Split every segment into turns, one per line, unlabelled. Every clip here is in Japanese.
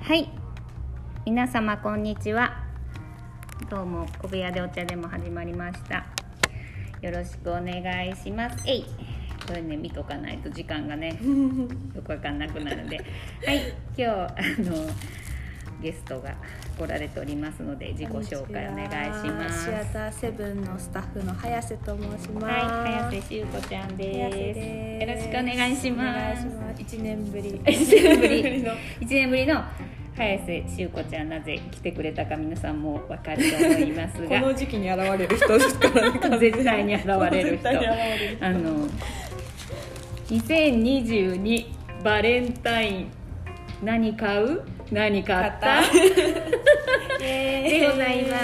はい皆様こんにちはどうも小部屋でお茶でも始まりましたよろしくお願いしますえいこれね見とかないと時間が ねよくわかんなくなるんではい今日あのゲストが来られておりますので自己紹介お願いします
シ
は
ア
い
ターセブンのスタッフの早瀬と申します。
早瀬修子ちゃん
早瀬
です
です。
よろしくお願いします
お願いします一年ぶり。
一年ぶり
一 の。
1年ぶりの早瀬修子ちゃんなぜ来てくれたか皆さんも分かると思いますが
この時期に現れる人ですから ね。
絶対に現れる人
絶対に現れる人
あの2022バレンタイン何買う何買った
買
でございま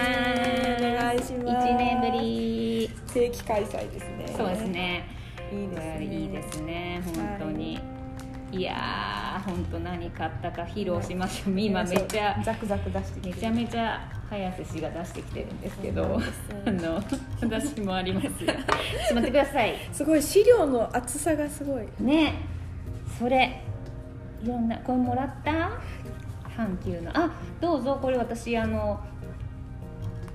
お願いし
す
ます。
1年ぶ。り
正規開催ですね。
そうです。ね
いい
こ
です
れ
ね。
いいですね本当に、い、やー本当何買ったか披露しましょう今めっちゃ
ザクザク出して
め
きて
ちゃめちゃ早瀬氏が出してきてるんですけど、
そう
あ
なんです
の私もあります。ちょっと 待ってください。
すごい資料の厚さがすごい。
ね、それいろんなこれもらった？阪急のあどうぞこれ私あの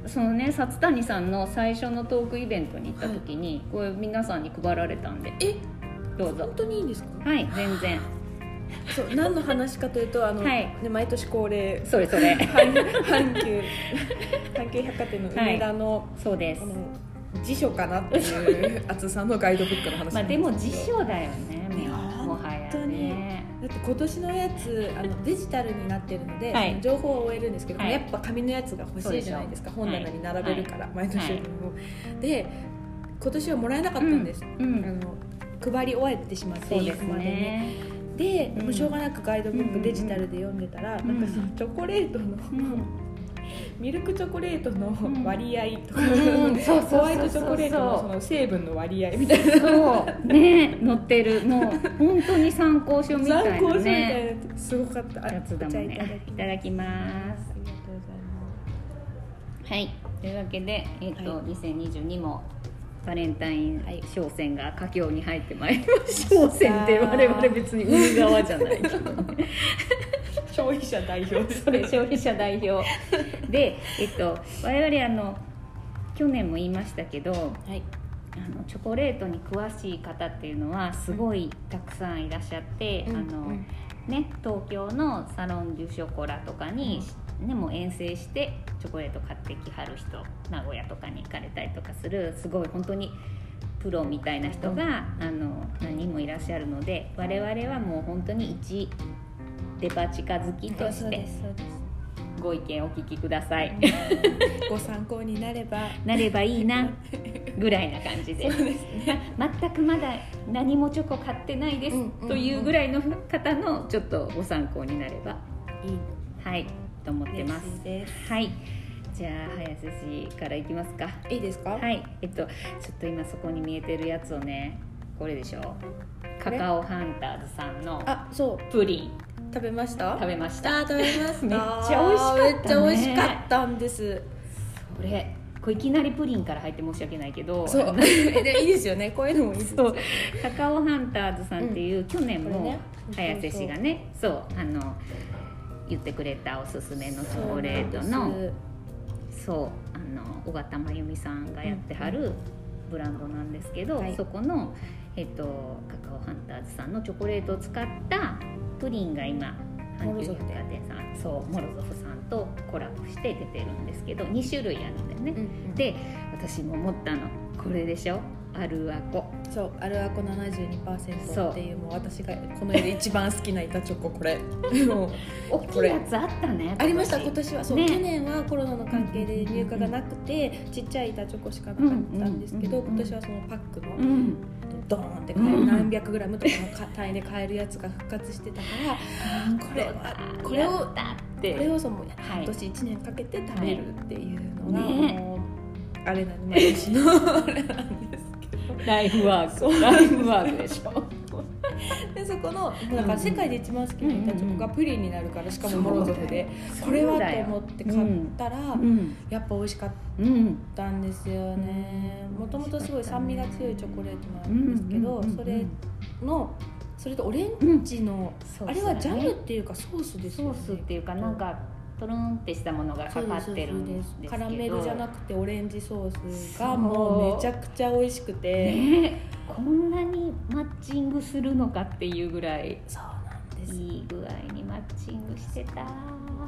そのね札谷さんの最初のトークイベントに行った時に、これ皆さんに配られたんで
え、
どうぞ
本。当にいいんですか？
はい全然
そう何の話かというとあの、
はい
ね、毎年恒例
それそれ
阪阪急阪急百貨店の梅田の,、
そうです
こ。の辞書かなっていう厚さのガイドブックの話
ま
な
あ
ん
です
けど
も辞書だよね
ね
もうもはや
本当
ね
に。だって今年のやつあのデジタルになってるので、
はい
その情報は終えるんですけど、
はい
やっぱ紙のやつが欲しいじゃないですか
そう
本
でしょ
棚に並べるから、毎年よりも、で今年はもらえなかったんです、
うんうん
あの配り終えてしまって
そうで
い
す
くまでね
ね。
で、
うん
もうしょうがなくガイドブッ
うん
クデジタルで読んでたら、なんかそのチョコレートの、ミルクチョコレートの
ん
割合とか、
うんそうそうそうそう
ホワイトチョコレートのその成分の割合みたい
そうね載ってるもう本当に参考書み
な
た
参
い
考書
な
みたいな
ね
やつすごかったあ
やつだもんね
じゃあいただ
いただ
きます
きます
ありがとうございます
はいというわけでえっ、と、
はい
2022もバレンタイン
はい
商戦が佳境に入ってまいりました商戦って我々別に売る側じゃないけどね
消費者代表です
それ 消費者代表でえっと我々あの去年も言いましたけど
はい
あのチョコレートに詳しい方っていうのはすごいたくさんいらっしゃって、
うん
あの
うん
ね、東京のサロン・デュ・ショコラとかに、ね、もう遠征してチョコレート買ってきはる人名古屋とかに行かれたりとかするすごい本当にプロみたいな人が、
うん
あの何人もいらっしゃるので我々はもう本当に一デパ地下好きとし
そう
て
ですそうです
ご意見お聞きください。
ご参考になれば
なればいいなぐらいな感じで ま 全くまだ何もチョコ買ってないです、
うんうんうん
というぐらいの方のちょっとご参考になれば
いい
はいと思ってます
嬉しいです
はいじゃあ早瀬氏からいきますか
いいですか、
はいえっとちょっと今そこに見えてるやつをねこれでしょカカオハンターズさんの
あそう
プリン
食べました
食べました
あー食べました
めっちゃ美味しかったね
めっちゃ美味しかったんです
これこれいきなりプリンから入って申し訳ないけど
そ うでいいですよねこういうのもいいです
そうカカオハンターズさんっていう、去年
これ
も
ね
早瀬氏がねそうあの言ってくれたおすすめのチョコレート
そうな
の
んです
そうあの尾形真由美さんがやってはるブランドなんですけど、
はい
そこの、えっと、カカオハンターズさんのチョコレートを使ったプリンが今阪急百貨店さんそうモロゾフさんとコラボして出てるんですけど2種類あるんだよね、
うん
で私も思ったのこれでしょアルアコ
そうアルアコ
そう
72%っていうもう私がこの世で一番好きな板チョコ これもう
大きいやつあったね
ありました今年はそう、
ね
去年はコロナの関係で入荷がなくて、ちっちゃい板チョコしかなかったんですけど、
うんうんうん
今年はそのパックの、
うん
ドーンって買える何百グラムとかのか単位で買えるやつが復活してたからこれはこれを
やったって
これをその
はい
半年1年かけて食べるっていうのが、
はいね
もうあれなの毎年の あれなんですけど。
ライフワークライフワークでし ょ
でそこのだから世界で一番好きな板チョコがプリンになるからしかもモロゾフでこれはと思って買ったら、
うん
やっぱ美味しかっ
うん
たんですよねもともとすごい酸味が強いチョコレートな
うん
んですけど、それのそれとオレンジの、
うん
あれはジャ
ソースだ
ムっ
ね
ていうかソースです
ソ
よね
ースっていうかなんかとろんってしたものがかかってるんですけど
カラメルじゃなくてオレンジソースが
そう
もうめちゃくちゃ美味しくて
ねこんなにマッチングするのかっていうぐらい
そうなんです
いい具合にマッチングしてた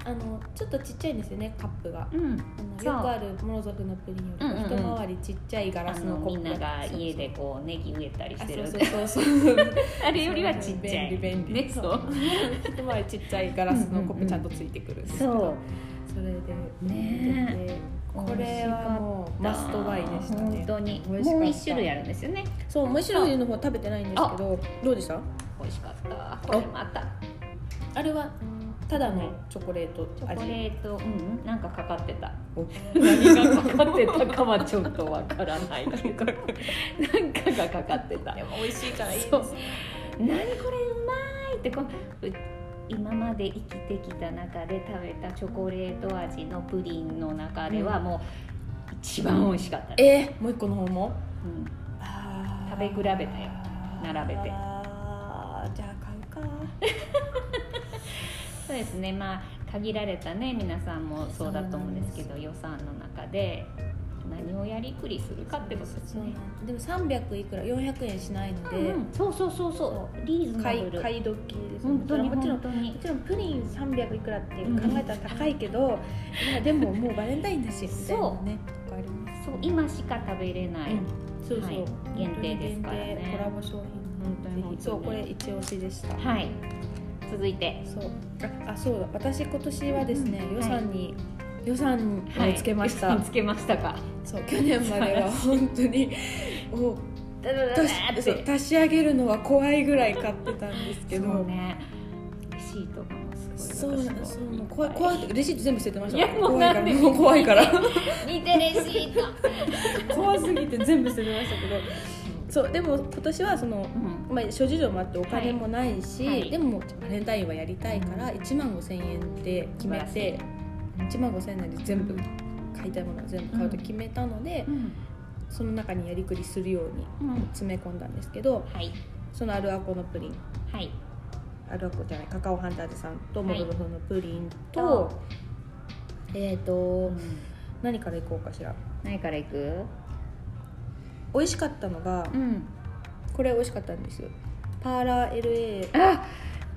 あのちょっとちっちゃいんですよねカップが
うん
あの
そう
よくあるモロゾフのプリンより
うんうんうん
も一回りちっちゃいガ
あ
ラスの
の
コッ
み
プ
んなが家でこうネギ植えたり
あ
して
そ
る
う
あ
そうそうそう
れよりはちっちゃい
便利便利
ねそう
一回りちっちゃいガラスのコップちゃんとついてくるんですけど
そ
それで
うね
でこれはもうマストバイでしたね
本当に
美味し
も
かった
う一種類あるんですよね
そうもう一種類の方は食べてないんですけどどうでした
美味しかったこれまた
あれはただのチョコレート
チョコレ
味
ートうんうんなんかかかってた
お
何がかかってたかはちょっとわから ないけどなんかがかかってた
でも美味しいからいいです
そう何これうまいってこうう今まで生きてきた中で食べたチョコレート味のプリンの中では
うん
もう一番美味しかった、
えーもう一個の方も
うん
食
食べ比べたよ並べて
じゃあ買うか
そうですねまあ限られたね皆さんもそうだと思うんですけど予算の中で何をやりくりするかってことです
そう
ね
でも300いくら400円しないので、
うんそうそうそうそうリーズナ
買
ブ
い
ル
買い時ですね
本当に
もちろん
本
も
当に
ちろんプリン300いくらって考えたら高いけど、いやでももうバレンタインだしみたいなねとかあります
そう今しか食べれない、
うんそうそう、
はい限定ですからね
限定コラボ商品
本当に本当に
そうこれ一押しでした
はい続いて
そうああそうだ私今年はですね、
うん
予算に、予算
はい
をつけました、
見つけましたか
そう去年まで は本当にもう
だだだだ
足し
ー
そう足し上げるのは怖いぐらい買ってたんですけど
そうねレシートがもうす
そ
ご
う
い
なん
私
そう
も
もう怖い怖いレシート全部捨ててました
いやもう
怖い
な
か
ん
ら
で
もう怖いから
見てレシート、
怖すぎて全部捨ててましたけどそうでも今年はその、
うん
まあ、諸事情もあってお金もないし、
はいはい
でももうバレンタインはやりたいから1万5000円で決めて1万5000円内で全部買いたいものを全部買うと決めたので、
うん
その中にやりくりするように
うん、
詰め込んだんですけど
はい
そのアルアコのプリン
はい
アルアコじゃないカカオハンターズさんとモルドフのプリンと、
は
えっ、と何からいこうかしら
何から行く
美味しかったのが
うん
これ美味しかったんですよパーラー LA
あ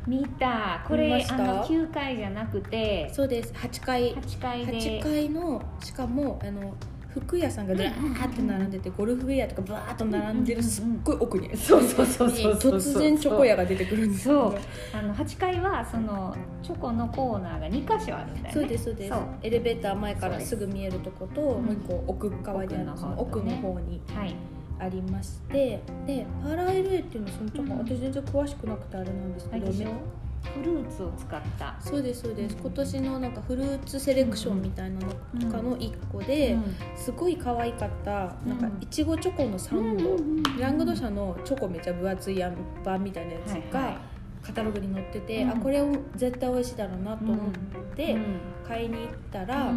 見たこ
見ま
れ
し
あ
た
の9回じゃなくて
そうです8階
8回で
8階のしかもあの服屋さんがずらーって並んでてゴルフウェアとかバーっと並んでるすっごい奥 に
そうそうそうそうそう
突然チョコ屋が出てくるんですけ
そ
ど
うあの8階はそのチョコのコーナーが2箇所あるんだよね
そうですそうです
そう
エレベーター前からすぐ見えるとこと
ん
もう一個奥側にあるその
奥
奥
の
の
方
方に
はい
ありましてでパーラー LA っていうのそのチョコ、
うん
私全然詳しくなくてあれなんです
あ
け
れ
ど
でしょフルーツを使った
そうですそうです今年のなんかフルーツセレクションみたいなのとかの1個で、
うん
すごい可愛かった
うん
なんかいちごチョコのサンド、ラングド社のチョコめちゃ分厚いあんパンみたいなやつ
はいはい
がカタログに載ってて、
うん
あこれを絶対美味しいだろうなと思って買いに行ったら、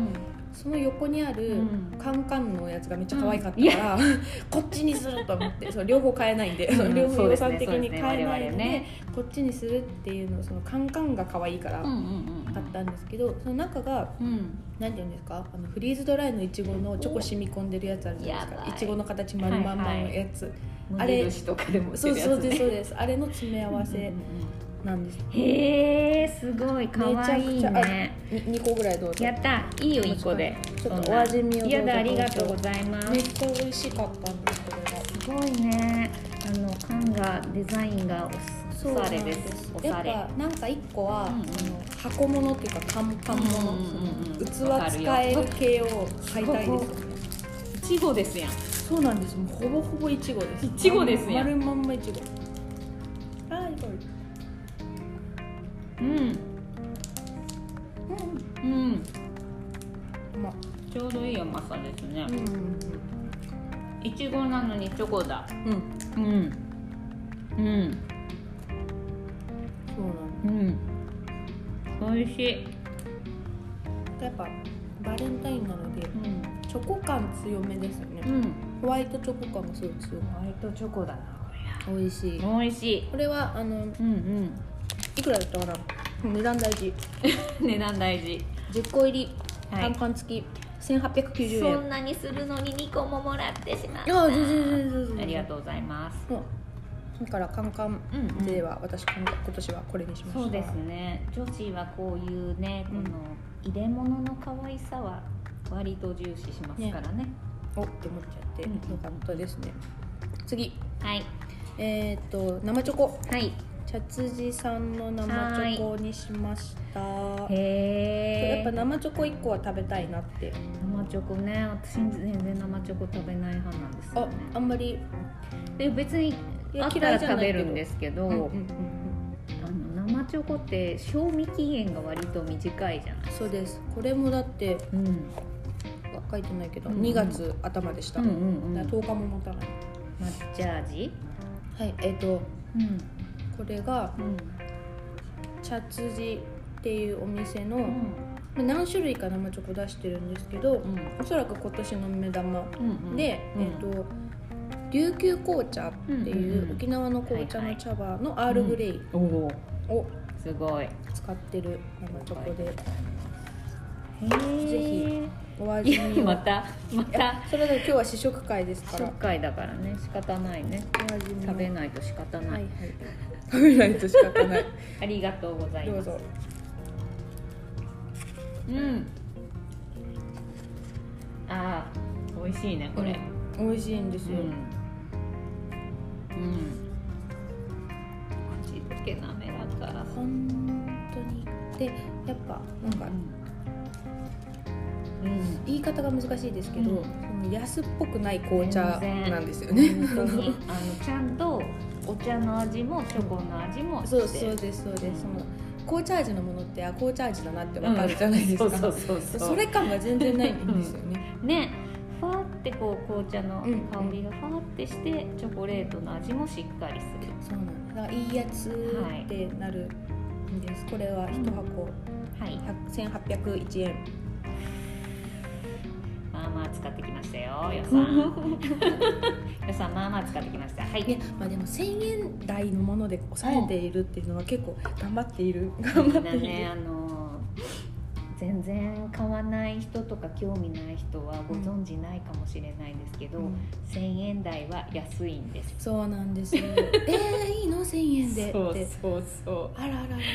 その横にある
うん
カンカンのやつがめっちゃ可愛かっ
うんい
たから、 こっちにすると思ってそう両方買えないんで、
うん
両
そう
方
ですね
予算的に
そ
買えない
うですね我
の
々
で
ね
こっちにするっていうのをそのカンカンが可愛いから
うんうんうん
買ったんですけどその中が
うん
なんて言うんですかあのフリーズドライのいちごのチョコ染み込んでるやつあるじゃない
や
です
ばい
かいちごの形丸まんまのやつ、あれ
無印とかでも売って
そう
るやつ
そうです
ね
そうですあれの詰め合わせなんです、
へえすごい可愛い
めちゃくちゃ
ね
に2個ぐらいどうぞ
やったいいよ一個で
ちょっとお味見をどうぞ
やだありがとうございます
めっちゃ美味しかったんですこれが
すごいねあの缶がデザインがおす
そう
お
な
さ
ん
れ
で
です
す
お
や
さ
っ
れ
ぱなんか1個は、
うんうん
あの箱物っていうか乾パン物、
うんうんうん
その器使える系を買いたいですよね
いちごですやん
そうなんですもうほぼほぼいちごです
いちごですね
丸まんまいちごあーいい香り
うんうん
うまっ
ちょうどいい甘さですね
うん
いちごなのにチョコだ
うん
うんうん
そうなん
うん美味しい、
だやっぱバレンタインなので
うん
チョコ感強めですよね、
うん、
ホワイトチョコ感がすごい強い
ホワイトチョコだなこれ
美味しい
美味しい
これはあの
うん
いくらだったかな値段大事
うん値段大事
10個入り
はい
短パン付き1890
そん
円
なにするのに2個ももらってしまった
ああ全然全然全然
ありがとうございます
もうだからカンカン
うんうん
では私今年はこれにしました
そうですね女子はこういうねこの入れ物の可愛さは割と重視しますからね
おって思っちゃってよ
うん
かったですね次
はい
えーっと生チョコ
はい
チャツジさんの生チョコにしました
へ
や
え
っぱ生チョコ1個は食べたいなって
生チョコね私全然生チョコ食べない派なんですよ
あ
ね
あんまり
で別に
い
あ
や
ったら
嫌いじゃ
食
な
べ
いけど
るんですけど、
うんうんうんうん
あの生チョコって賞味期限が割と短いじゃない、
そうですこれもだって
うん、
わ書いてないけど
うんうん
2月頭でした
うん
だ
う
か
んう
ら
ん
10日も持たない
抹茶味
はいえーっと
うん
これが
うん
チャツジっていうお店の、
うん
何種類か生チョコ出してるんですけど、
ん
おそらく今年の目玉
うん
で、
うん
えっと琉球紅茶って
うんうん
いううん沖縄の紅茶の茶葉のアールグレイ
おおー
を
すごい
使ってる生チョコで
へ
お
えい
味
や
見を
またま
いや
た
それだけ今日は試食会ですか
食
ら
会だからね仕方ないね
お味見を
食べないと仕方ない、
はいはい食べないと仕 方ない
ありがとうござい
ど
ま
う
す
ぞ
うんあー美味しいねこれ
美味しいんです
うん
よ、
うん味付け滑らか
本当にでやっぱなんか
うん
言い方が難しいですけど、
うん
その安っぽくない紅茶
全然
なんですよね
本当にあのちゃんとお茶の味もチョコの味も
そう
して
そうですそうですその紅茶味のものってあ紅茶味だなって
う
わ
ん
かるじゃないですか、
そうそうそうそう
それ感が全然ないんですよね、
ねふわってこう紅茶の
うん
香りがふわってしてチョコレートの味もしっかりする
そうなんだだからいいやつってなるんです、これは1箱
はい
100 1801円
まあまあ使ってきましたよ予 算予算まあまあ使ってきましたはい
ねまあでも1000円台のもので抑えているっていうのは結構頑張っている頑張
みん
っ
な
ている、
ねあの全然買わない人とか興味ない人はご存知ないかもしれないですけど、
うん
1000円台は安いんです
そうなんです よえー、いいの1000円でって
そうそ
あらあらあらあらって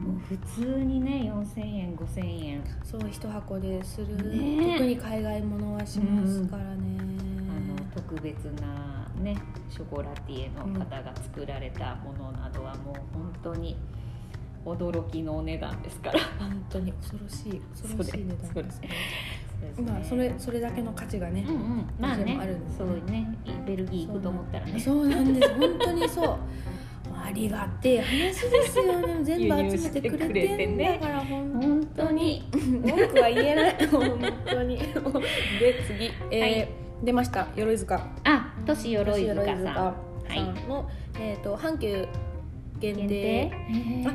うもう普通にね4000円5000円
そう一箱でする、
ねえ
特に海外ものはしますからね、
あの特別なねショコラティエの方が作られたものなどはもう本当に驚きのお値段ですから。
本当に恐ろしい恐ろしい値段ですねまあそ
そうです
れ
ね
それだけの価値がね
う、んうん、まあ
それ
ね
もあるんです
そ
ね
うねベルギー行くと思ったらね
そうなんです本当にそうありがてえ話ですよね全部集めてくれてんだから本
本当に
当に文句は言えない本当に で次、えー
はい
出ました鎧塚
あ都市鎧塚さん
鎧塚さんの、えっ、と阪急限
限
定
定
あ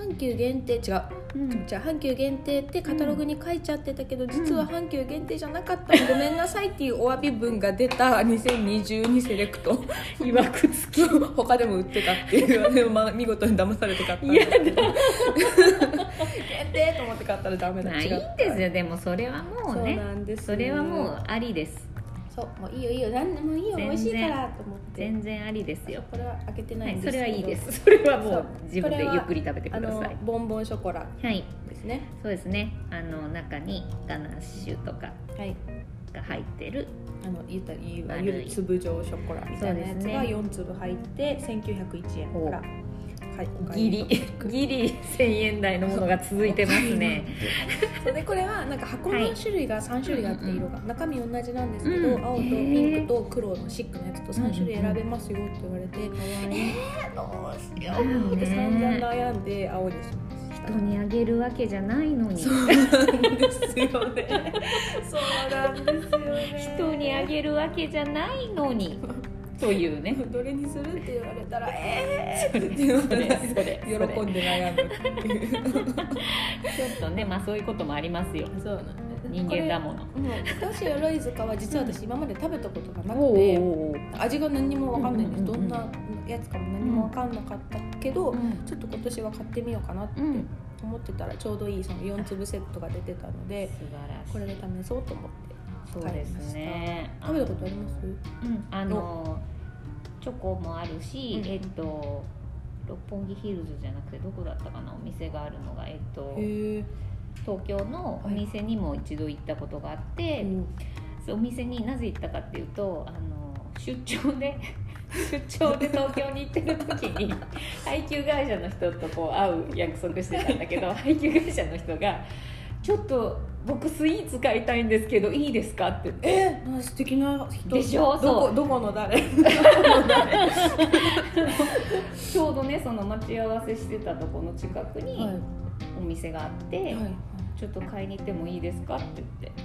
阪急限定違う
うん
じゃあ阪急限定ってカタログに書いちゃってたけど、実は阪急限定じゃなかった、ごめんなさいっていうお詫び文が出た2022セレ クトいわくつき 他でも売ってたっていうでもまあ見事に騙されて買ったんですけど限定と思って買ったらダメだ
まあいいん
違った
ですよでもそれはもう
そう
ね
なんです
それはもうありです
そうもういいよいいよ何でもいいよ美
全然
味しいからと思って
全然ありですよ
これは開けて
は
ないん
い
で
そ
すけど
れはいいですそれはも
そうう
自分で
これは
ゆっくり食べてく
あ
だ
の
さい
ボンボンショコラ
はい
ですね
そうですねあの中にガナッシュとか
はい
が入ってる
あの言ったらいわ
丸い
ゆる粒状ショコラみたいなやつ
そうです
が
ね
4粒入って1901円
お
からはいお買い
ギ
物
リギリ1000円台のものが続いてますね
そうでこれはなんか箱
は
の
い
種類が3種類あって色が中身同じなんですけど
うん
青とピンクと黒のシックのやつと3種類選べますよって言われてどうしようって散々悩んで青にしました
人にあげるわけじゃないのに
なんですよねそうなんですよね
人にあげるわけじゃないのにというね
どれにするって言われたらええ
それ
ー、って言われて
それそれ
喜んで悩むっていう
ちょっとねまあそういうこともありますよ
そうなんです
人間だもの
もう私やロイズカは実は私今まで食べたことがな
お
く
う
て、
おう
味が何にも分かんないんです、
うんうんうん
どんなやつかも何も分かんなかったけど、
おううん
ちょっと今年は買ってみようかなって
うん
思ってたらちょうどいいその4粒セットが出てたので
素晴らしい
これで試そうと思って
そうですね
食べたことあります
うんあのチョコもあるし、
うん
えっと六本木ヒルズじゃなくてどこだったかなお店があるのがえっと
へえ
東京のお店にも一度行ったことがあって、そうお店になぜ行ったかっていうとあの出張で 出張で東京に行ってる時に 配給会社の人とこう会う約束してたんだけ ど配給会社の人が「ちょっと僕スイーツ買いたいんですけどいいですか?」って言って
えー、なんか素敵な人
でしょ
ど
そ
こどこの誰
ちょうどねその待ち合わせしてたとこの近くにお店があって、
いはい
ちょっと買いに行ってもいいですか?」って言って、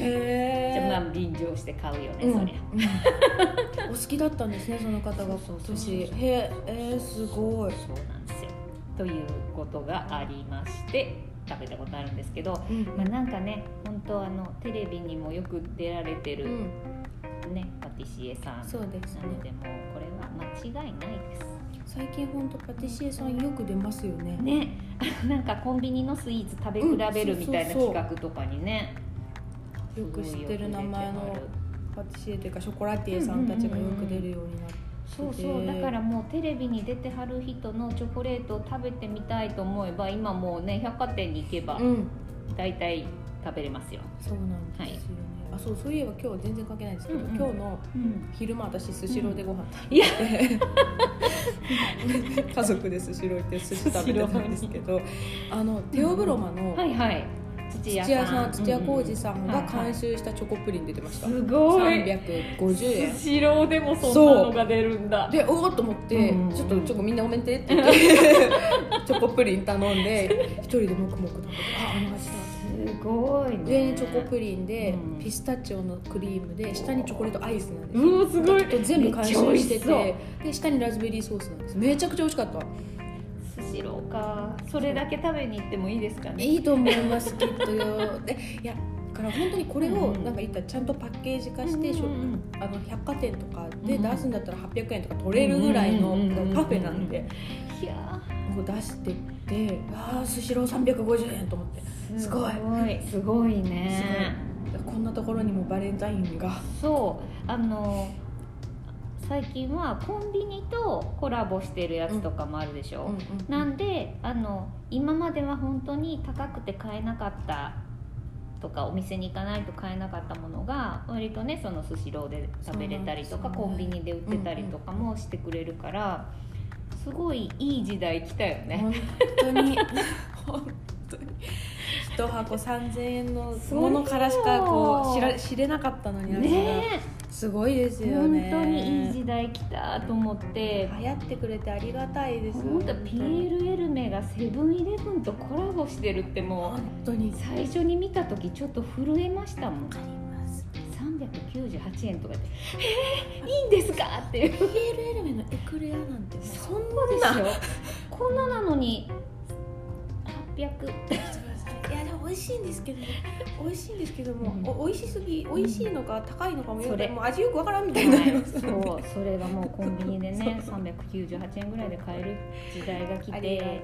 へえ
じゃあまあ便乗して買うよね、
うん
そりゃ。
お好きだったんですねその方が
そうそうそうそう
年へええー、すごい、
そうなんですよということがありまして食べたことあるんですけど、
うん
まあ、なんかね本当あのテレビにもよく出られて
う
る、
ん、
ねパティシエさん
そうです
なの
ね
でもうこれは間違いないです
最近ほんとパティシエさんよく出ますよね
ね なんかコンビニのスイーツ食べ比べるみたいな
うんそうそ
企
う
画とかにね、
よく知ってる名前
すごいよく出てはる
のパティシエというかショコラティエさんたちがよく出るようになって
そうそう
へ
だ
ー
からもうテレビに出てはる人のチョコレートを食べてみたいと思えば今もうね百貨店に行けば
うん
大体食べれますよ、
そうなんですよね、あそうそういえば今日全然関係ないんですけど、
うんうん
今日の
うん、
昼間私スシローでご飯食
いや
べて、 家族でスシロー行って寿司食べてたんですけどあのテオブロマの
はいはい土
土
屋
屋
さ
さ
ん
ん土屋浩二さんが
はいはい
監修したチョコプリン出てました、
すごい
350円
スシローでもそんなのが出るんだ
でおおっと思って、
うん
ちょっとチョコみんなごめんてって言って チョコプリン頼んで一人でもくもく食べてああの味だ
すごいね
上にチョコプリンで、
うん
ピスタチオのクリームで下にチョコレートアイスなんですよ
うわすごい
と全部監修して
めって
で下にラズベリーソースなんですめちゃくちゃ美味しかった
ちゃ美味しそうスシローかそれだけ食べに行ってもいいですかね
いいと思いますきっとよ でいやだから本当にこれを
うん
なんか言ったらちゃんとパッケージ化して、しょ
うんうんうん
あの百貨店とかで出すんだったら800円とか取れるぐらいの
うんうんうんうん
カフェなんで
いや
こう出してってああスシロー350円と思って
ー
すごい
すごいすごいね
こんなところにもバレンタインが
そうあの最近はコンビニとコラボしてるやつとかもあるでしょ、なんであの今までは本当に高くて買えなかったとかお店に行かないと買えなかったものが割とねそのスシローで食べれたりとか、
そうなんで
コ
すよね
ンビニで売ってたりとかもしてくれるから、すごいいい時代来たよね。
本当 に本当に一箱3000円のものからしかこう知ら知れなかったのに味が
ね
すごいです
え
よ
本
ね
当にいい時代来たと思って。
流行ってくれてありがたいです
本当ピエール・エルメがセブンイレブンとコラボしてるってもう
本当に
最初に見た時ちょっと震えましたもん
あります
398円とかで「えー、いいんですか?」っていう
ピエールエルメのエクレアなんて
そ
ん
そうですよこんななのに800
いやでも美味しいんですけど美味しいんですけど
うん
も、お美味しすぎ美味しいのか高いのかもよ
そ
く
れ
もう味よくわからんみたいになり
は
ま
い
す
そ
よね
うそれがもうコンビニでね398円ぐらいで買える時代が来
ありがたい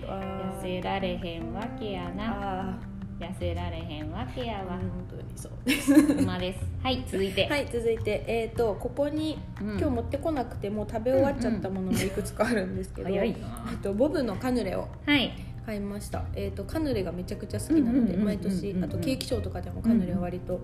て
わ
痩せられへんわけやな
あ
痩せられへんわけや
あ
わ
本当にそう
馬ですはい続いて、
はい続いてえっ、とここに
うん
今日持ってこなくてもう食べ終わっちゃったものもいくつかあるんですけど、
早い
え
な
っとボブのカヌレを
はい
買いました。えっ、とカヌレがめちゃくちゃ好き
う
なので、
んうんうんうんうん
毎年あとケーキショーとかでもカヌレは割と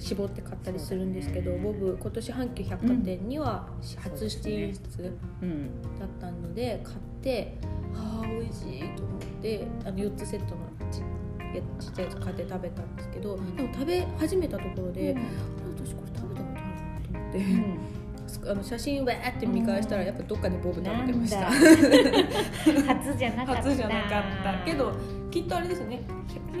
絞って買ったりするんですけど、
うん
ボブ今年阪急百貨店には初進出
うん
だったので買って、ああ美味しいと思ってあの四つセットのちやちっちゃいやつ買って食べたんですけど、でも食べ始めたところで、
うん
私これ食べたことあるなと思って。
うん
あの写真をわーって見返したらやっぱどっかでボブ食べてました
なん 初じゃなかった
初じゃなかったけどきっとあれですよね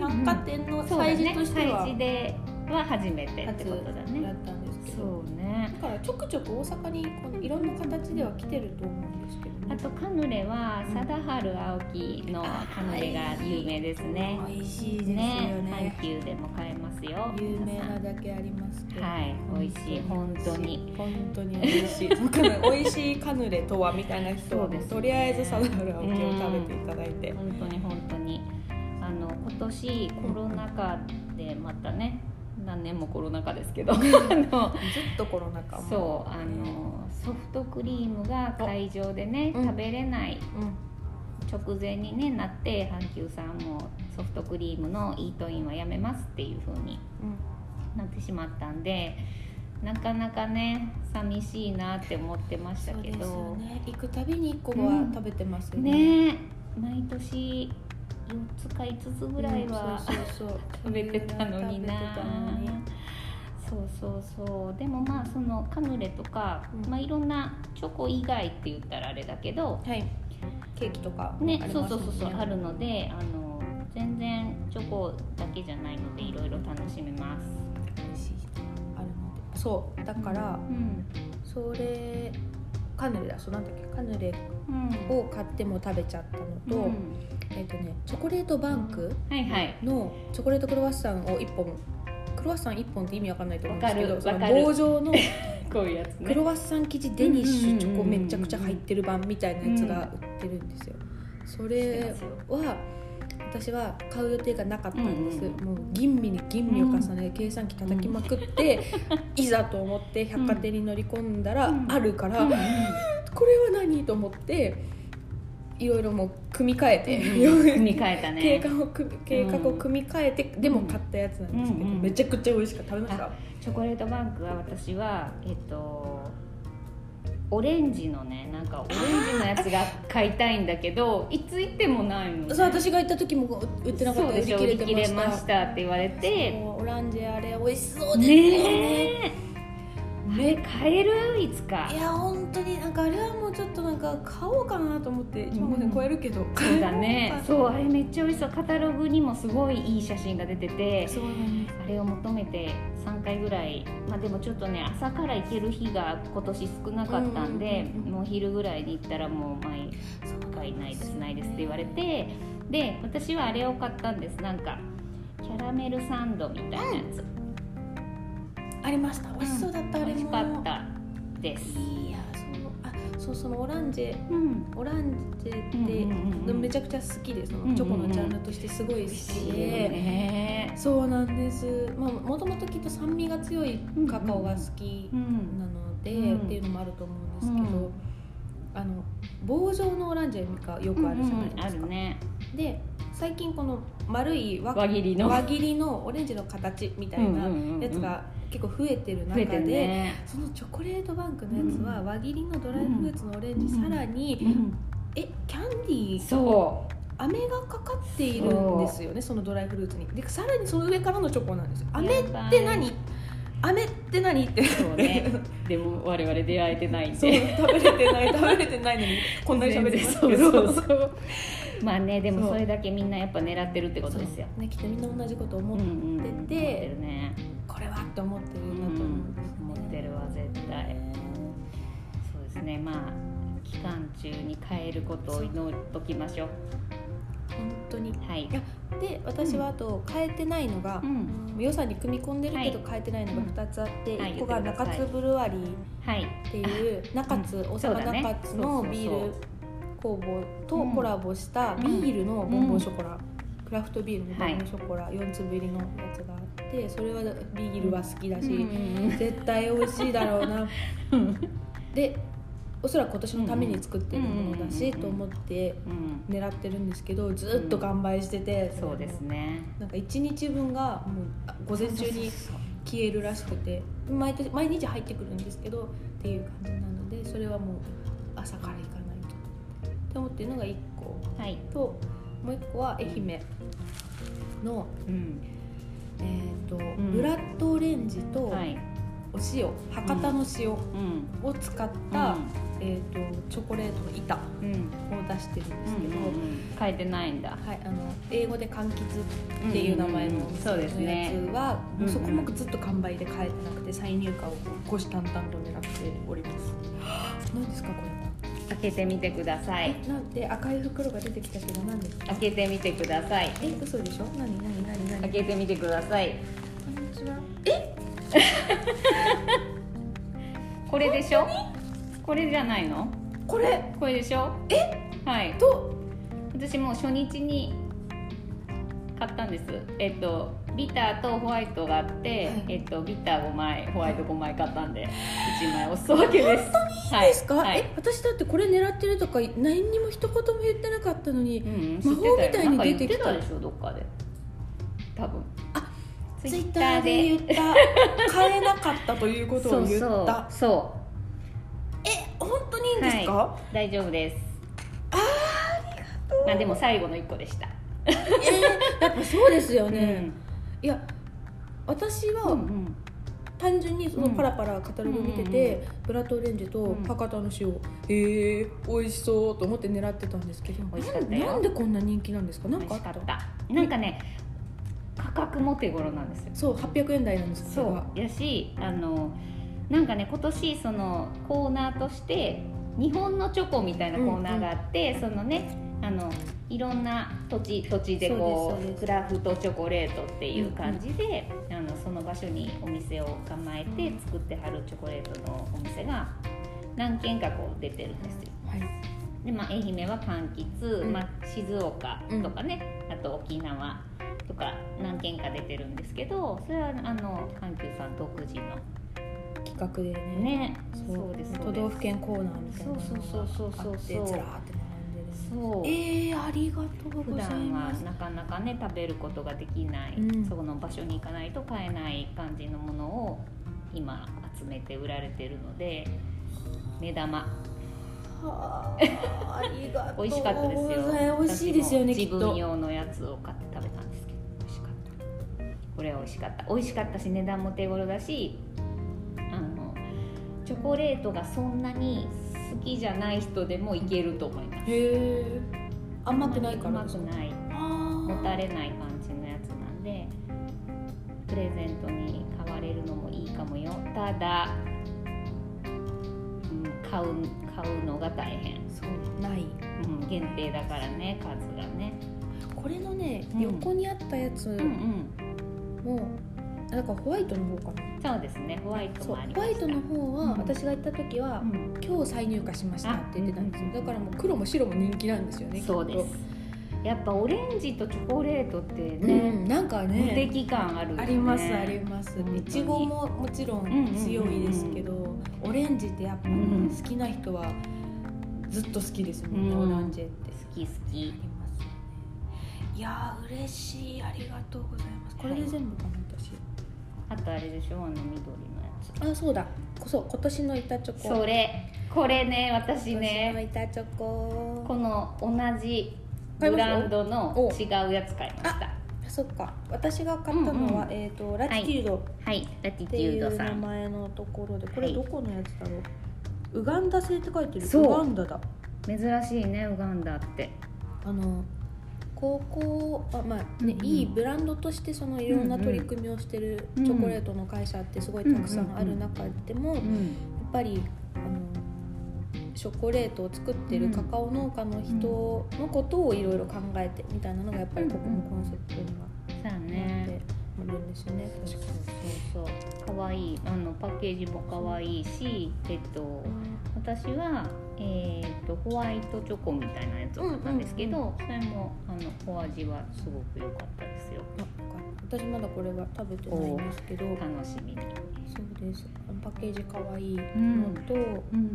百貨店の
そう
サ
だ
イズ
ね
としては
催事では初めてって
初
ことだね
だったんですけど
そうね
からちょくちょく大阪にこのいろんな形では来てると思うんですけど
あ
ね
とカヌレは
うん
貞治青木のカヌレが有名ですね。
美味しいですよ
ね
ね、
阪急でも買えますよ。
有名
皆さ
なんだけありますけど
はい、美味しい、本当に。
本当に美 味しいだから美味しいカヌレとはみたいな人
そ
は、
うですね
とりあえずサダルアオキを食べていただいて、
本当に本当にあの今年コロナ禍でまたね何年もコロナ禍ですけどあの
ずっとコロナ禍も
そうあのソフトクリームが会場でね
うん
食べれない
うん
直前に、ね、なって阪急さんもソフトクリームのイートインはやめますっていう風になってしまったんでなかなかね寂しいなって思ってました
そう
け
ですよ
ど
ね行くたびに1個は
うん
食べてますよね,、
ね毎年4つか5つぐらいは。
うんそうそうそう
食べてたのにな
食べてたのに
そうそうそうでもまあそのカヌレとか、
うん
まあ、いろんなチョコ以外って言ったらあれだけど
はいケーキとか
ね
あります
そう
も
んそうそうそうあるのであの全然チョコだけじゃないのでいろいろ楽しめます、
美味しいあるのでそうだから
うん
それカヌレだそうなんだっけカヌレ
うん、
を買っても食べちゃったのと、
うん
えっとねチョコレートバンク
はいはい
のチョコレートクロワッサンを1本クロワッサン1本って意味わかんないと思うんですけど
わか
そ
る
の
わかる
棒状の
こういうやつ
ク
ね
ロワッサン生地デニッシ
うんう
ュ
ん
チ
うんうんう
ョ
ん
コめちゃくちゃ入ってる版みたいなやつが売ってるんですよそれは私は買う予定がなかったんです、
うんうん
もう吟味に吟味を重ね計算機叩きまくって、いざと思って百貨店に乗り込んだら、
うん
あるから、
うん
これは何と思っていろいろもう組み替えて、
組み替え た
計
ね
画を組み計画を組み替えて、でも買ったやつなんですけど、
うんうん
めちゃくちゃ美味しかった食べました
チョコレートバンクは私はえっとオレンジのねなんかオレンジのやつが買いたいんだけどいつ行ってもないの、ね、
そう私が行った時も売ってなかった
そうでしょ売り切れましたって言われて
もうオランジェあれ美味しそうですよね
ねえね買えるいつか
いや本当になんかあれはもうちょっとなんか買おうかなと思って
ん
1万5000超えるけど、
そうだ ね
買お
そうあれめっちゃ美味しそうカタログにもすごいいい写真が出てて
そうなんです
あれを求めて3回ぐらいまあでもちょっとね朝から行ける日が今年少なかったんで、
うんうんうんうん
もう昼ぐらいに行ったらもう毎回ないですないですって言われてで私はあれを買ったんですなんかキャラメルサンドみたいなやつ、
ありました美味しそうだった、あ
美
れも
味しかったです、
いやそのあそうそのオランジェ
うん、
オランジェって、
うんうんうんうん
めちゃくちゃ好きでそ
うんうんう
の
ん
チョコのジャンルとしてすごい好
美味しい
き
よ
で、
ね、
そうなんです。まあもともときっと酸味が強いカカオが好き
うん、
なので、
うん
っていうのもあると思うんですけど、
うん
あの棒状のオランジェがよくあるじゃないですか。
あるね
で最近この丸い輪
輪切りの
輪切りのオレンジの形みたいなやつが結構増えて
増
る中
え
で。
てるね、
そのチョコレートバンクのやつは輪切りのドライフルーツのオレンジ、
うん
さらに、
うん、
えキャンディー
そ
飴がかかっているんですよねそのドライフルーツにでさらにその上からのチョコなんですよ
う
飴っ
やばい
て何飴って何って
そうねでも我々出会えてないん
そう
で
食べれてない食べれてないのにこんなに喋ってますけ
そ
ど
うそうそうまあねでも
そう
それだけみんなやっぱ狙ってるってことですよ
ねきっとみんな同じこと思
う
っ
んうん
てて
思ってるね
これはって思って
う
る
ん
なと思うんですね
思ってるわ絶対そうですねまあ期間中に変えることを祈っときましょう
本当に
はい
で私はあと変えてないのが
う、ん
予算に組み込んでるけど
は
変えてないのが2つあって、
はい
1個が
言ってく
中
ださい
津ブルワリー
はい
っていう中津、大
そうだ
阪
ね
中津
そうそう
の
そう
ビール工房と
うん
コラボした
うん
ビールのボンボンショコラ、クラフトビールのボンボンショコラ、4粒入りのやつがあってそれはビールは好きだし、
うん
絶対美味しいだろうな でおそらく今年のために作ってるものだし、
うん
と思って
うん
狙ってるんですけどずっと完売してて、
そうですね
なんか1日分がもうあ午前中に
そうそう
消えるらしくて毎年毎日入ってくるんですけどっていう感じなのでそれはもう朝から行かないとって思ってるのが1個
そうはい
ともう1個は愛媛の、
うん
えーと
ん
ブラッドオレンジと
はい
お塩博多の塩
うん
を使った、
うん
ええー、とチョコレートの板を
うんうん
出してるんですけど、
うん変えてないんだ
はい、あの英語で柑橘っていう名前の
うんうんうんそうですね
やつは、
うんうん
そこもずっと完売で買えてなくて再入荷を虎視眈々と狙っております何ですかこ
開けてみてくださ
れ
い
えなんで赤い袋が出てきたけど何ですか
開けてみてください
え嘘でしょ何何何何
開けてみてください
こんにちは
これでしょこれじゃないの
これ
これでしょえはい
と
私もう初日に買ったんですえっとビターとホワイトがあって、
はい
えっとビター5枚ホワイト5枚買ったんで1枚おすわけです本
いいですか、
はい、はい
え私だってこれ狙ってるとか何にも一言も言ってなかったのに
うん、
魔法みたいに出て
知って
き
た
た
よなんか言ってたでしょどっかで多分
あ
ツ
ツ
イ
イ
ッ
ッ
タ
タ
ー
ー
で
で言った買えなかったということを言った
そうそ
え本当にいいん
う
ですか、
はい、大丈夫ですああありがとうまあでも最後の1個でした、
えーやっぱそうですよね、いや私
うんう
は
ん
単純にそうの
ん
パラパラカタログ見て
うん
て、ブラッドオレンジと
うん
博多の塩、へえ美味しそうと思って狙ってたんですけど
美味しかった
な
よ
んなんでこんな人気なんですか
美
なん
味
かあ
し
っ
か
た
ったなんかね価格も手頃なんですよ
そう800円台なんですこれ
そうやしあのなんかね今年そのコーナーとして日本のチョコみたいなコーナーがあって、そのねあのいろんな土地土地でこ
そう
う
ですそうです
クラフトチョコレートっていう感じで、あのその場所にお店を構えて作ってはるチョコレートのお店が何軒かこう出てるんですよ
は、はい、
で、まあ、愛媛は柑橘、
うん
まあ、静岡とかね、あと沖縄とか何軒か出てるんですけどそれはあの阪急さん独自の
企画でね
ね
そ
そううです
都道府
県
県コーナーみたいなのが
そうそうそうそうそう
あってずらーって並んでる
そう
えー、ありがとう
普
ござい
段は
ます
なかなかね食べることができない、
うん
そこの場所に行かないと買えない感じのものを今集めて売られてるので目玉
はーありがとう
美味しかったですよ
ございます美味しいですよねき
私
っ
も自分
と
用のやつを買って食べたんですけど美味しかったこれは美味しかった美味しかったし値段も手頃だしあのチョコレートがそんなに好きじゃない人でもいけると思います
へえ甘くないから
甘くない
も
もたれない感じのやつなんでプレゼントに買われるのもいいかもよただ、うん、買う買うのが大変、
そうない
うん、限定だからね数がね
これのね、
うん
横にあったやつ
うんうん
も、あだからホワイトの方かな
そうですね、ホワイト
そう
もあり
ホ
ま
ワイ
した。
トの方は、
うん
私が行った時は、
うん
今日再入荷しましたって言ってたんですよ、
あ
だからもう黒も白も人気なんですよね
そうです
きっ。
やっぱオレンジとチョコレートって
とう
ね、
ん、なんか
無
ね
敵感あるよね。
ありますあります
本当に
いちごももち
ん
ろ
うんうん
ん強いですけど、オレンジってやっぱね、
うん
好きな人はずっと好きですもんね、
うん
オランジェって
好き好
あ
き。
りますよねいやー嬉しいありがとうございますこれ
は
で
い
全部かな私
あとあれでしょ、あの緑のやつ。
あそうだこそう今年の板チョコ
それ、これね、私
今年の
ね、
板チョコ
この同じ
買いました
ブランドの
お
違うやつ買いました。
そっか私が買ったのは、
うんうん
えっ、とラティキュード
はい、ラティ
っ
テ
て
ュ
い
ー
う
ドさ
名
ん。
前のところでこ
は
れ
い
どこのやつだろう、ウガンダ製って書いてる
そう
ウガンダだ
珍しいね、ウガンダって。
あの高校あまあ、ね
うんうん
いいブランドとしてそのいろんな取り組みをしてるチョコレートの会社ってすごいたくさんある中でも、
う
やっ
ん。
ぱりあのチョコレートを作ってるカカオ農家の人のことをいろいろ考えてみたいなのがやっぱりここのコンセプトには
そうや
なっ
ね。
てあるんですよね。確か
そうそう。可愛いあのパッケージも可愛いし、えっと。私は、えー、とホワイトチョコみたいなやつを買ったんですけど、
うん
それもあのお味はすごく良かったですよ
あ私まだこれは食べてないんですけど
楽しみに、
そうですあのパッケージ可愛いの
ん
と、
うん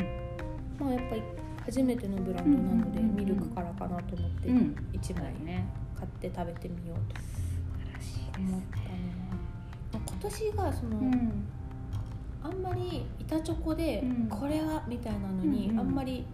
まあやっぱり初めてのブランドなので、
うんうんうんうん
ミルクからかなと思って
うん、そ
一
う
枚
だね
買って食べてみようと
素晴らしいです
思ったのは、まあ今年がその、
うん
あんまり板チョコで、
うん
これはみたいなのに、
うんうん
あんまり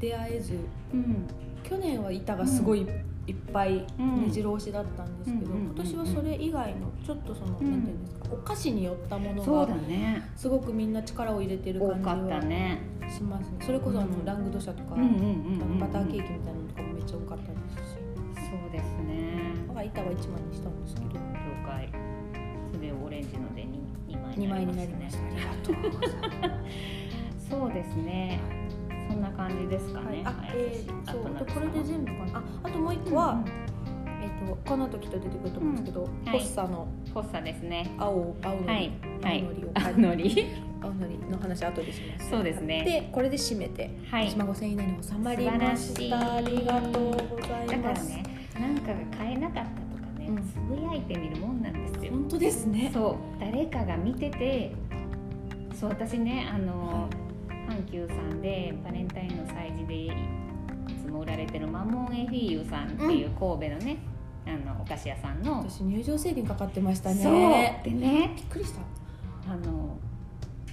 出会えず
うん
去年は板がすごいいっぱい
うん
目白押しだったんですけど、
うんうんうんうん
今年はそれ以外のちょっとその、
うん
なんていうんですかお菓子によったもの
そうだ
が
ね
すごくみんな力を入れてる
多
感じ
か
は
ったね
しますねそれこそあのラングドシャとか、
うんうんうんうん
バターケーキみたいなのとかもめっちゃ多かったですし
そうですね
だから板は1枚にしたんですけど
了解それをオレンジので 2, 枚
2
にな
枚
り
に
ま
な
す
りま
ね
したありがとうございます
そうですねそんな感じですかね、
あ
はい、
えー、そう
あとなん
で
か
これで全部かなああともう一個は、えっとこの時と出てくると思うんですけど、
ん
ポ
はい
ッサの
ポッサですね
青青のり、
はいはい
青のりを、
あのり
青のりの話後でします
そうですね
でこれで締めて
はい
1万5000円以内に収まりました
素晴らしい
ありがとうござ
だ
い
か
ま
ら
す、
ねなんかが買えなかったとかね、
うん
つぶやいてみるもんなんですよ
本当ですね
そう誰かが見ててそう私ねあの阪急さんでバレンタインの催事でいつも売られてるマモンエフィーユさんっていう神戸のね、あのお菓子屋さんの
私入場制限かかってましたね
そうでね
びっくりした
あの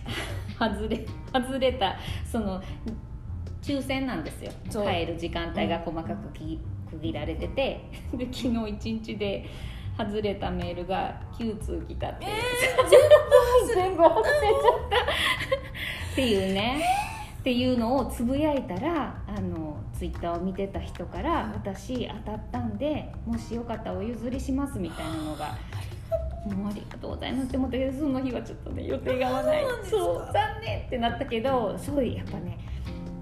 外れ外れたその抽選なんですよ
そう
帰る時間帯が細かくき区切られててで昨日一日で外れたメールが9通来たっていう、全部忘れちゃったっていうね、っていうのをつぶやいたらあのツイッターを見てた人から「私当たったんでもしよかったらお譲りします」みたいなのが。もうありがとうございますって思ったけどその日はちょっとね予定が合わない
そうなんですか
そう残念ってなったけどすごいやっぱね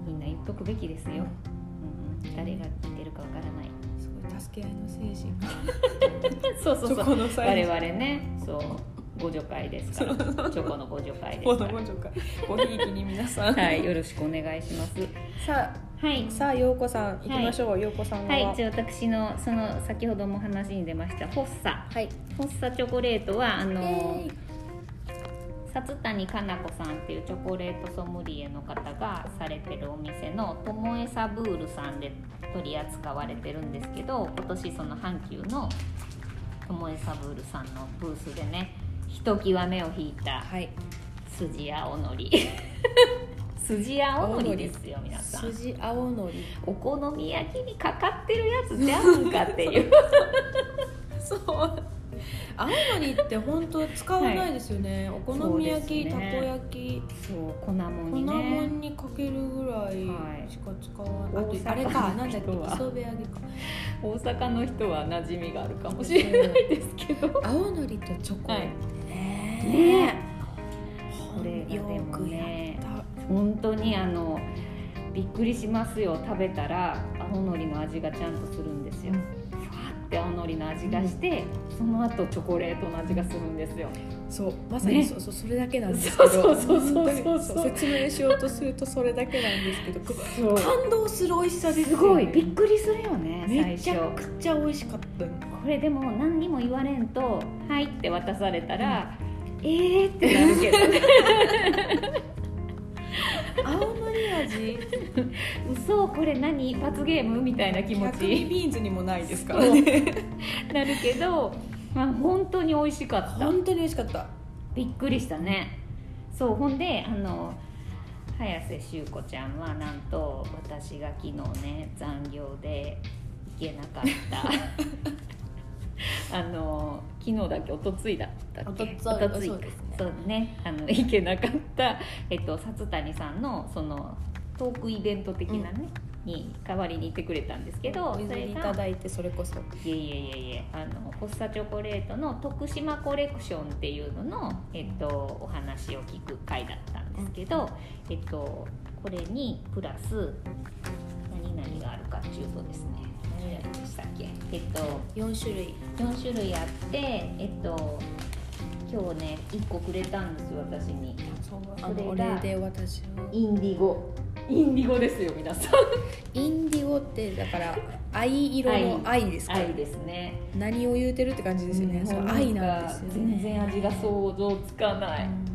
みんな言っとくべきですよ、うん、誰が聞いてるかわからない
すごい助け合いの精神
そうそう
チ
そ
ョ
う
コのサ
我
イズ
々ねそうご助会ですからチョコのご助会です から
ごひいきに皆さん、
はい、よろしくお願いします。
さ
はい
あ。さあ陽子さん行きましょう、陽子さんは
はい、じゃあ私のその先ほども話に出ましたフォッサ
はい
フォッサチョコレートはあ
え
の
ー
薩谷かな子さんっていうチョコレートソムリエの方がされてるお店のともえサブールさんで取り扱われてるんですけど今年その阪急のともえサブールさんのブースでねひときわ目を引いた
はい
筋青のり 筋青のりですよ皆さん
筋青のり
お好み焼きにかかってるやつじゃうんかっていう
そう青のりって本当使わないですよね、お好み焼き、
そうですね
たこ焼き
そう粉も
粉
んに
も
ね
んにかけるぐら
はい
いしか使わな
大
い、あ
阪
とあれかなんだっけ
の人は
磯辺揚げか
大阪の人は馴染みがあるかも
ない
ですけど
青のりとチョコ、
はい
ねえ
ね
ほん
これがでもね
よくやっ
本当にあのびっくりしますよ食べたら青のりの味がちゃんとするんですよ
うん
ふわって青のりの味がして、その後チョコレートの味がするんですよ
たそうまさに
ね
そうそうそれだけなんですけど
そうそうそうそうそう
本当に説明しようとするとそれだけなんですけど
そう
感動する美味しさです
す
よね
ごいびっくりするよね
め
最
ち
初
ゃくちゃ美味しかった
これでも何にも言われんと「はい」って渡されたら「えー」ってなるけどね
青のり味
嘘これ何罰ゲームみたいな気持
百味
ち
ビーンズにもないです
から
ね
なるけど、まあ、本当に美味しかった
本当に美味しかった
びっくりしたねそうほんであの早瀬修子ちゃんはなんと私が昨日ね残業で行けなかっ たあの昨日だっけおとついだったっけ
おとつい
い
そうですね
そうねあの行けなかった、えっと、薩谷さんのそのトークイベント的なね、に代わりに行ってくれたんですけど
お譲
それ
りい
が
ただいてそれこそ
いえいえいえいえあのフォッサチョコレートの徳島コレクションっていうのの、えっと、お話を聞く回だったんですけど、えっと、これにプラス何々があるかっていうとですね何々でしたっけ、えっと、
四種類
4種類あって、えっと、今日ね1個くれたんですよ私に
あの
そ
お
れが
礼で私は
インディゴインディゴですよ皆さん
インディゴってだから藍色の藍ですか
愛ですね
何を言うてるって感じですよね、
うん
そう愛なんですよね
全然味が想像つかな
う
い、
ん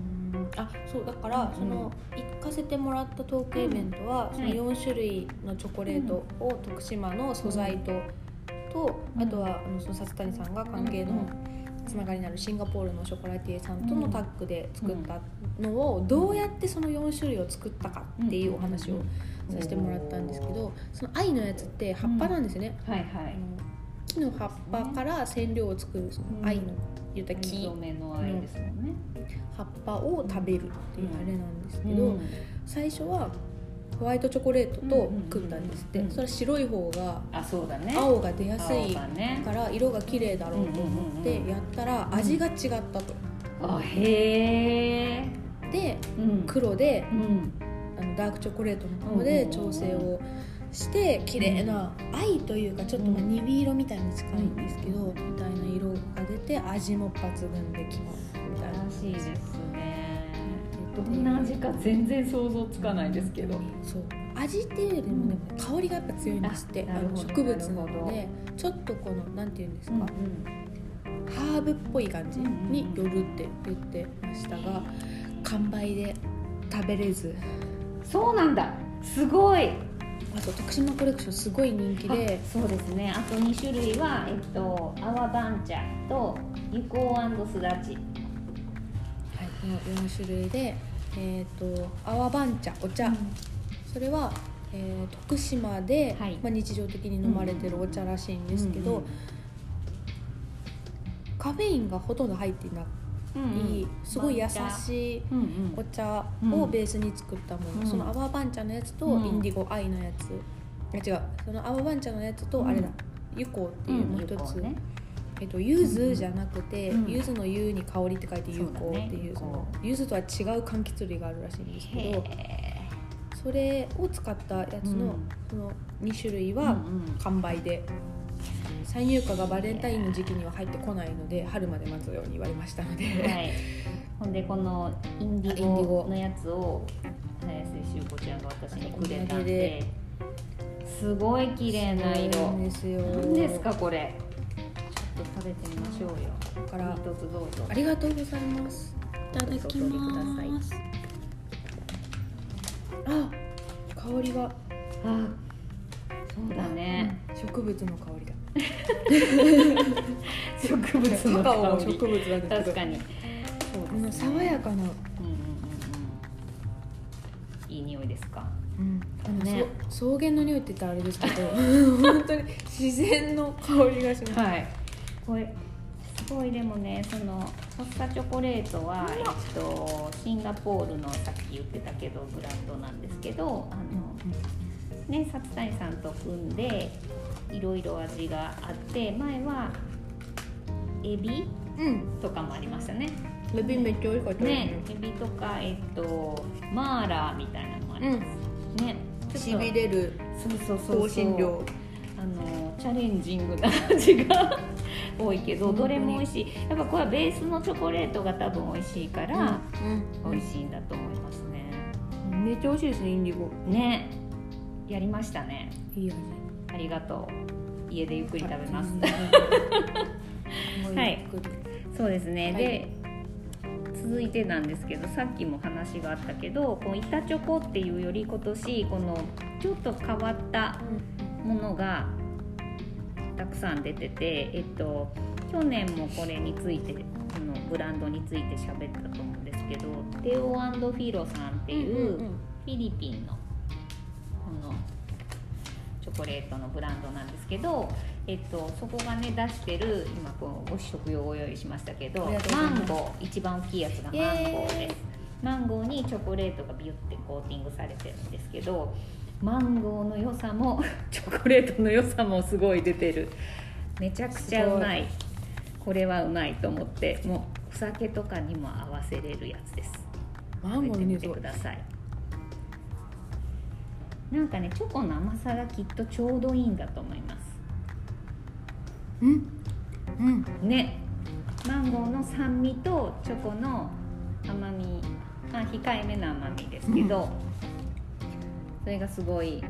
あそうだからその、行かせてもらったトークイベントは、
ん
その4種類のチョコレートを徳島の素材と、と
うん
あとはあのその薩谷さんが関係
うんう
のつながりのあるシンガポールのショコラティエさんとのタッグで作ったのをどうやってその4種類を作ったかっていうお話をさせてもらったんですけどその愛のやつって葉っぱなんですよね。
はいはい
あの木の葉っぱから染料を作るその愛の言った木
認めの愛ですもんね。
葉っぱを食べるっていうあれなんですけど、最初はホワイトチョコレートと
うんうんうん
組んだんですって、
うん
それは白い方が
あそうだね
青が出やす
青
い
がね
から色が綺麗だろうと思っ
うんうんうん
てやったら味が違ったと
あへえ
で
うん
黒で
うん
あのダークチョコレートの方で調整をして綺麗な藍というかちょっとまあ
うん
鈍色みたいに近いんですけどみたいな色が出て味も抜群できますみたいな
らしいですねどんな味か全然想像つかないですけど
そう味っていうよりもね香りがやっぱ強いんですって
あな
あ
る
の
ほど
植物な
なる
の
ほ
でちょっとこのなんていうんです
う
か、
んうん
ハーブっぽい感じによるって言ってましたが完売で食べれず
そうなんだすごい
あと徳島コレクションすごい人気で
あそうですねあと2種類は、えっと、泡番茶とユコウすだち
はい、この4種類で、えー、と泡番茶お茶、それは、えー徳島で、
はい
まあ、日常的に飲まれてるお茶らしいんですけど、
うん
カフェインがほとんど入っていない、すごい優しい
い、うん
お茶
う
を
ん
ベースに作ったもの、
うん
その泡番茶のやつと、
うん
インディゴアイのやつあ違うその泡番茶のやつと、
うん
あれだユコっていうもう一つ、
ね、
えっと、柚子じゃなくて、
うん
柚子の柚に香りって書いて柚
そう
子
だね
ってい
柚
う
香
その柚子とは違う柑橘類があるらしいんですけど
へ
それを使ったやつの,、
うん
その2種類
ー
は完売で、再入荷がバレンタインの時期には入ってこないので春まで待つように言われましたので、
はい、ほんでこのインデ
あイン
ィ
ディ
ゴ
ゴ
のやつを早瀬修子ちゃんが私にくれたん
お土
で
産です
ごい綺麗な
そう
色
んですよ
何ですかこれちょっと食べてみましょうよ
だから
一つどうぞ
ありがとうございますいただきますあ香りが
あそうだね、
うん植物の香りだ
植物
カカオ
の
も
香
植
り
物なんですけど
確かにそう
この
です
爽
ね
やかな、
うんうんうんうんいい匂いですか
あの
ね
そ草原の匂いって言ったらあれですけ ど本当に自然の香りがします、
はい。これすごいでもね、そのホッサチョコレートは、えっとシンガポールのさっき言ってたけどブランドなんですけど、あのね、札谷さんと組んでいろいろ味があって、前はエビ
うん
とかもありましたね。
レビめっちゃ美味しかったです
ね、エビとかえっとマーラーみたいなのもあります。ね、
しび
れ
れる
そうそうそうそう
香辛料
あのチャレンジングな味が多いけど
本当
ど
に
れも美味しいやっぱこれはベースのチョコレートが多分美味しいから、
うん
美味しいんだと思いますね
うんめっちゃ美味しいですねインディゴ
ねやりましたね
いい味
ありがとう家でゆっくり食べます はいそうですね、
はい
で続いてなんですけどさっきも話があったけどこう板チョコっていうより今年このちょっと変わったものがたくさん出てて、えっと、去年もこれについてこのブランドについて喋ったと思うんですけどテオフィロさんっていうフィリピンのこのチョコレートのブランドなんですけど、えっと、そこがね出してる今こうご試食用をご用意しましたけど
ありがとうござ
マ
います
ンゴー一番大きいやつがマンゴーです。マンゴーにチョコレートがビュってコーティングされてるんですけどマンゴーの良さも チョコレートの良さもすごい出てるめちゃくちゃうまいこれはうまいと思ってもうお酒とかにも合わせれるやつです
マンゴーの匂い
食べてみてくださいなんかねチョコの甘さがきっとちょうどいいんだと思います
うんうん
ねマンゴーの酸味とチョコの甘み、まあ、控えめな甘みですけど、それがすごい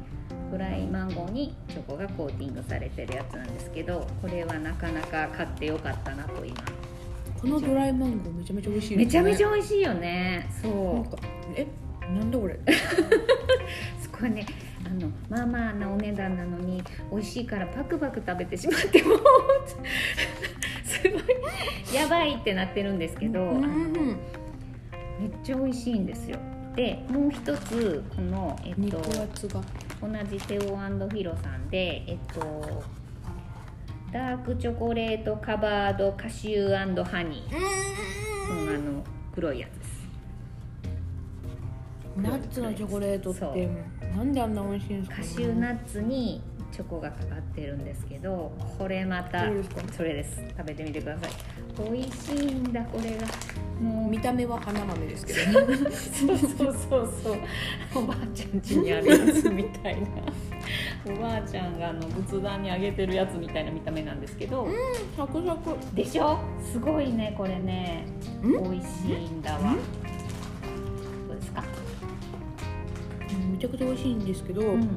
ドライマンゴーにチョコがコーティングされてるやつなんですけどこれはなかなか買ってよかったなと今
このドライマンゴーめちゃめちゃ美味しい
めちゃめち
ゃ
ゃ美味しいよね
な
そ
んかえなんだこれ
うすごいねあのまあまあなお値段なのに美味しいからパクパク食べてしまっても すごいやばいってなってるんですけど、
うんうん
めっちゃ美味しいんですよでもう一つこの、えっと、
肉厚が
同じテオフィロさんでえっとダークチョコレートカバードカシューハニー、うん、あの黒いやつです
ナッツのチョコレートっ
そう
てなんであんな美味しいんですか、
カシューナッツにチョコがかかってるんですけどこれまた
どうですか
それです食べてみてください美味しいんだこれがもう
見た目は花豆ですけど
そうそうそうそうおばあちゃん家にあるやつみたいなおばあちゃんがあの仏壇にあげてるやつみたいな見た目なんですけど、
サクサク
でしょすごいねこれね美
ん
味しいんだわ
ん
どうですか、
めちゃくちゃ美味しいんですけど、
うん、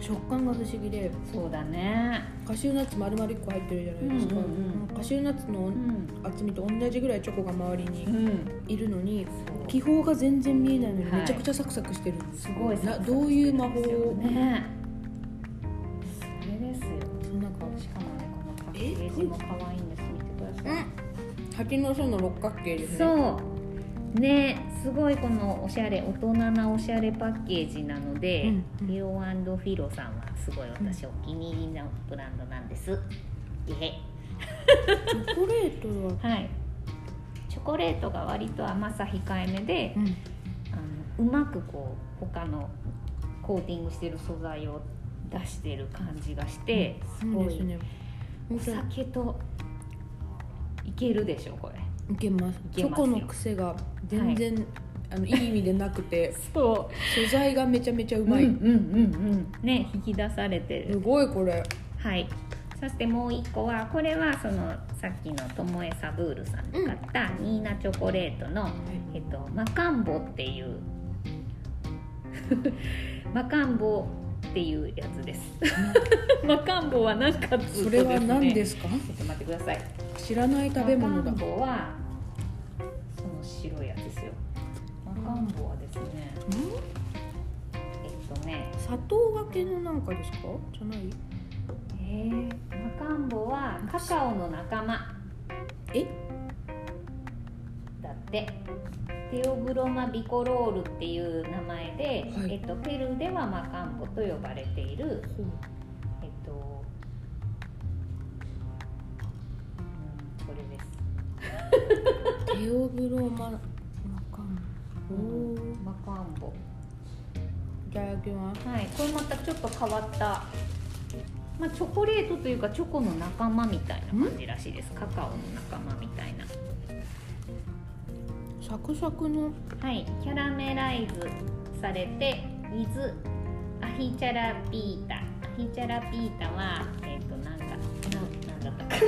食感が不思議で
そうだね
カシューナッツ丸々1個入ってるじゃないですか、
うんうんうん
カシューナッツの
うん
厚みと同じぐらいチョコが周りに
うん
いるのに
そう
気泡が全然見えないのに
はい
めちゃくちゃサクサクしてるんです
すごいサク
な
サク
どういう魔法を、
ねそれですよ
なんか
しかもねこのパッケージも可愛いんです見てください、
蜂の巣の六角形ですね
そうねすごいこのおしゃれ大人なおしゃれパッケージなので、
うんうん
フィロフィロさんはすごい私お気に入りのブランドなんです、いえ
チョコレートは、
はいチョコレートが割と甘さ控えめで
う、
あ
ん、
のうまくこう他のコーティングしてる素材を出してる感じがして、すご
そうで
い、
すね
お
本当
酒といけるでしょこれ
いけます
いけ
チ
ますよ
ョコの癖が全然、い、あのいい意味でなくて
そ
素材がめちゃめちゃう
うま
ま
い、
い、
うんうんうんうんね引き出されて
す
る、
ごいこれ
はいそしてもう一個はこれはそのさっきのともえサブールさんで買ったニーナチョコレートの、えっと、マカンボっていう マカンボっていうやつです マカンボは何かっていうと
それは何です
ね
すか
ちょっと待ってください
知らない食べ物だ
マカンボはその白いやつですよマカンボはですねえっとね
砂糖がけのなんかですかじゃない
えー、マカンボはカカオの仲間
え
だってテオグロマビコロールっていう名前で、
はい
えっと、ペルーではマカンボと呼ばれているえっと、うん、これです。
テオブロママカンおー
マカンボ。
いただきます
はい、これまたちょっと変わった。まあ、チョコレートというか、チョコの仲間みたいな感じらしいです。カカオの仲間みたいな。
サクサクの
はい、キャラメライズされて、with アヒチャラピータ。アヒチャラピータは、えっ、と、なんか、なん、なんだったかな。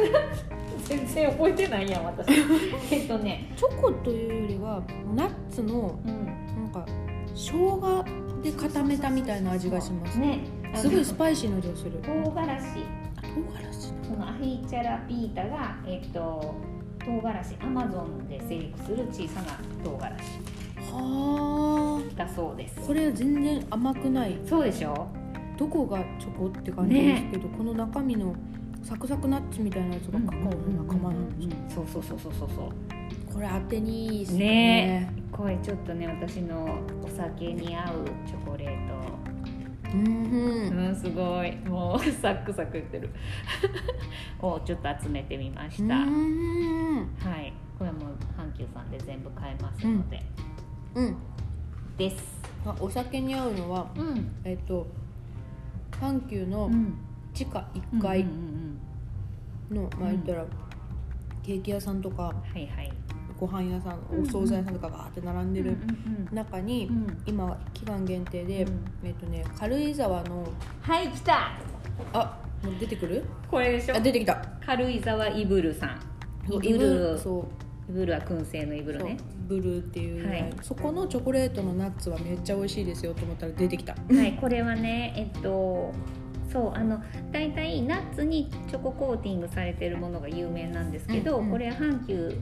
全然覚えてないやん、私。 えっとね。
チョコというよりはナッツの
うん。
なんか生姜で固めたみたいな味がします
ね。
すごい
ス
スパイシーな味がする
唐辛子
唐辛子
そのアヒチャラピータが、えっと唐辛子アマゾンで生育する小さな唐辛
は
子だそうです
あこれ全然甘くない
そうでしょ
どこがチョコって感じですけど、この中身のサクサクナッツみたいなやつがカカオの仲間なんですよ
そうそうそうそうそうそう
これ当てにいいっすね
ねこれちょっとね私のお酒に合うチョコレート
うん
うんすごいもうサックサクいってる をちょっと集めてみましたは
うん
いこれはもう阪急さんで全部買えますので、
うん
です
あお酒に合うのは
うん
えっと阪急の地下1階
うんうんうん
の、まあ
うん
言ったらケーキ屋さんとか
うんはいはい
ご飯屋さん、
うんうん
お惣菜屋さんとかがーって並んでる中に、
うんうんうん
今期間限定で、
うん
えっとね軽井沢の
はい来た
あもう出てくる
これでしょ
あ出てきた
軽井沢イブルさん
そう
イブル
そう
イブルは燻製のイブルね
そうブルーっていうぐらい、
はい
そこのチョコレートのナッツはめっちゃ美味しいですよと思ったら出てきた
はいこれはねえっとそうあの大体ナッツにチョココーティングされてるものが有名なんですけど、
うんうん
これは阪急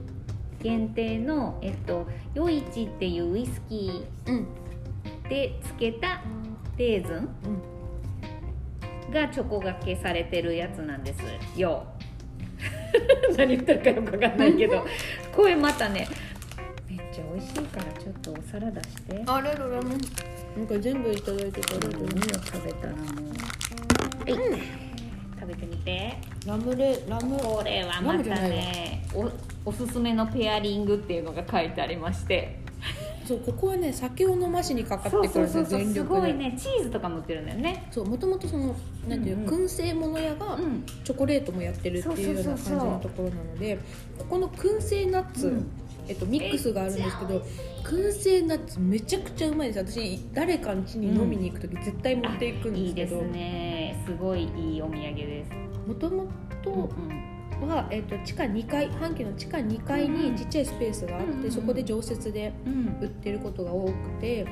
限定のえっと夜市っていうウイスキ
うん
ーで漬けたレーズン
うん
がチョコがけされてるやつなんですよ 何言ってるかよくわかんないけ どこれまたねめっちゃ美味しいからちょっとお皿出して
あれれれなんか全部いただいてたら
何を食べたらもう、はい食べてみて
ラムレラム
これはまたねおおすすめのペアリングっていうのが書いてありまして
そうここはね酒を飲ましにかかっ
そう
てくる
そ
ん
う
です
そうそ
よ
う
全
す
力
ごい
で
ねチーズとかも売ってるんだよね
そうもともとそのなんていう
うんうん
燻製物屋が
うん
チョコレートもやってるっていうような感じのところなのでここの燻製ナッツ、
うん
えっと、ミックスがあるんですけど燻製ナッツめちゃくちゃうまいんです私誰かん家に飲みに行く時絶対持っていくんで
いい
すけ
です
ど
ねすごいいいお土産です
もともと
ん
は、えっと、地下2階阪急の地下2階にちっちゃいスペースがあっ
う
て、
んうんうん
そこで常設で
うん
売ってることが多くてで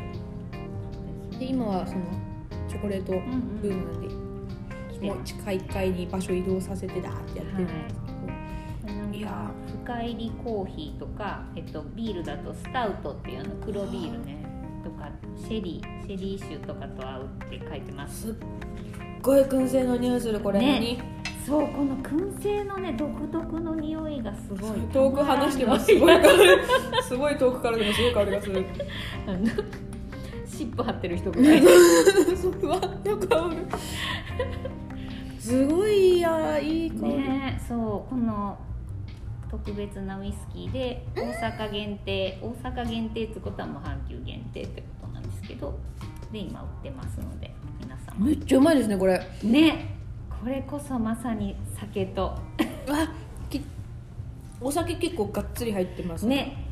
今はそのチョコレート
うんうん
ブームなんで、もう地下1階に場所移動させてだーってやってるんですけど。
なん
い
か
や
深入りコーヒーとか、えっと、ビールだとスタウトっていうあの黒ビールねとかシェリーシェリー酒とかと合うって書いてます
すっごい燻製の匂いするこれ、
ねそうこの燻製のね独特の匂いがすごい
何遠く離し てます
た
す
ま
ご
ら
い
んの
すごい遠くからでもすごい香りがす る
あのシップ貼ってる人ぐらい
うわよく香るすごいいやいい香り、
ねそうこの特別なウイスキーで大阪限定大阪限定ってことはもう阪急限定ってことなんですけどで今売ってますので皆さんも
めっちゃうまいですねこれ
ねこれこそまさに酒と
わきお酒結構がっつり入ってます
ね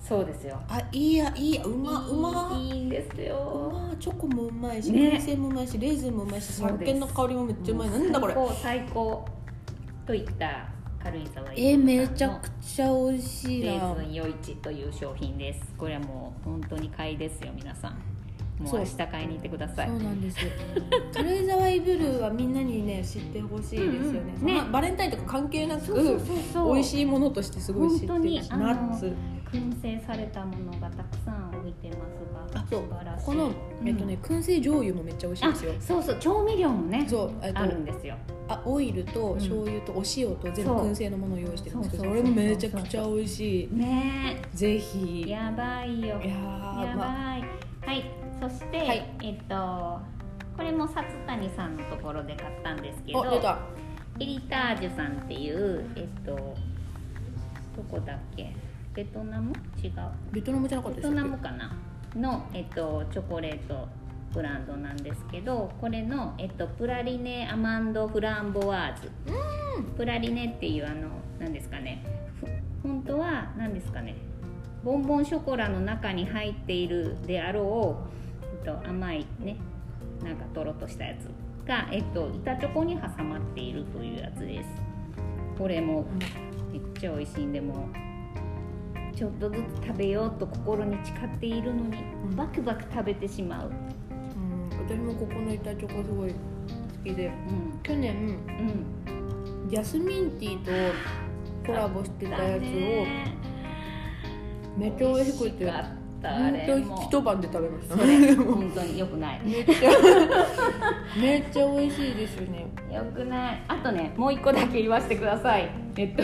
そうですよ
あいいやいいやうまうま
いいいいです
う
よ
まチョコもうまいし
ね
燻製もうまいしレーズンもうまいし
そうです
酒の香りもめっちゃうまいなんだこれ
最高最高といった軽井沢
えめちゃくちゃ美味しい
レー
な
ズンよいちという商品ですこれはもう本当に買いですよ皆さんも
そうう
明日買いに行ってください
そうなん ですよ軽井沢イブルーはみんなにね知ってほしいですよね,、
うんうんね
まあバレンタインとか関係なく
そうそうそうそう
美味しいものとしてすごい知って
本当に
るし
あの
ナッツ
燻製されたものがたくさん置いてますが
あそう
素晴らしい
この、
うん
えっとね燻製醤油もめっちゃ美味しいん
あ
ですよ
そうそう調味料もね
そうえっと
あるんですよ
あオイルと
ん
醤油とお塩と全部
そう
燻製のものを用意してるんですけど
そうそう
それ
そうそう
もめちゃくちゃ美味しい
ねえ
ぜひいや
やばいよ。
ー
やばい。
まあ
はい。そして、
はい
えっとこれも薩谷さんのところで買ったんですけど
お、出た
エリタージュさんっていうえっとどこだっけ？ベトナム？違う。
ベトナムじゃなかった
ベ
でし
ト
たっ
ナ
け
ムかなのえっとチョコレート。ブランドなんですけどこれの、えっと、プラリネアマンドフランボワーズプラリネっていうあの何ですかねふ本当は何ですかねボンボンショコラの中に入っているであろう、えっと、甘いねなんかとろっとしたやつが、えっと、板チョコに挟まっているというやつですこれもめっちゃ美味しいんでもうちょっとずつ食べようと心に誓っているのに
うん
バクバク食べてしまう
うん私もここの板チョコすごい好きで
うん
去年
うん
ジャスミンティーとコラボしてたやつを
ね
めっちゃ美味しくて
美味しかったあ
本
れ
当に
も
一晩で食べました
それ本当に良くない
めっちゃめっちゃ美味しいですよ ね
良くないあとねもう一個だけ言わせてくださいえっと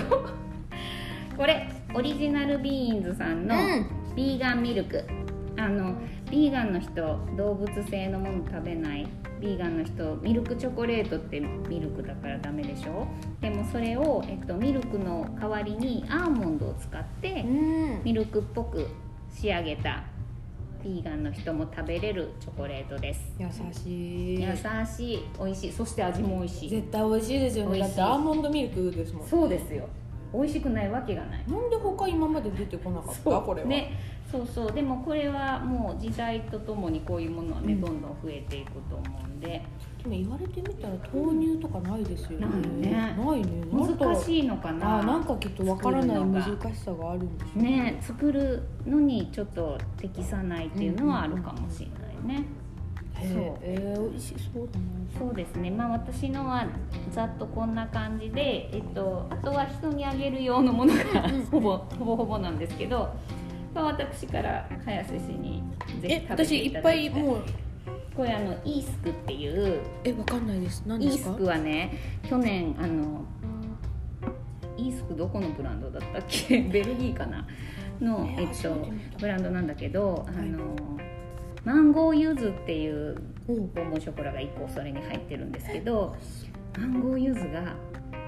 これオリジナルビーンズさんの
う
ビーガンミルク、あのビーガンの人動物性のもの食べないビーガンの人ミルクチョコレートってミルクだからダメでしょでもそれを、えっと、ミルクの代わりにアーモンドを使って、
ん
ミルクっぽく仕上げたビーガンの人も食べれるチョコレートです
優しい
優しい美味しいそして味も美味しい
絶対美味しいですよね
美
だ
味し
っ
い
てアーモンドミルクですもん
そうですよ美味しくないわけがない
なんで他今まで出てこなかったこれは、
ねそうそうでもこれはもう時代とともにこういうものはね、
うん
どんどん増えていくと思うんで
でも言われてみたら豆乳とかないですよね
ないね
ないねなんか
難しいのかな
あなんかきっとわからない
作るの
難
が
しさがあるんでしょう
ね作るのにちょっと適さないっていうのはあるかもしれないね、
へ
そう
えー、美味しそうだな
そうですねまあ私のはざっとこんな感じで、えっと、あとは人にあげる用のものがほぼほぼほぼなんですけど、まあ、私から早瀬氏にぜひ
え
食べて
私
い
い
た
っ
だ
ぱ
き
い
たい
もう
これあのイースクっていう
えわかんないです何
イ
で
ー
す
ス
か
クはね去年あのイースクどこのブランドだったっけ ベルギーかなの、
え
え
ー
っ
初めて
と
見た
ブランドなんだけどあの、
はい
マンゴーユズっていう
おう
ボンボンショコラが1個それに入ってるんですけどマンゴー柚子が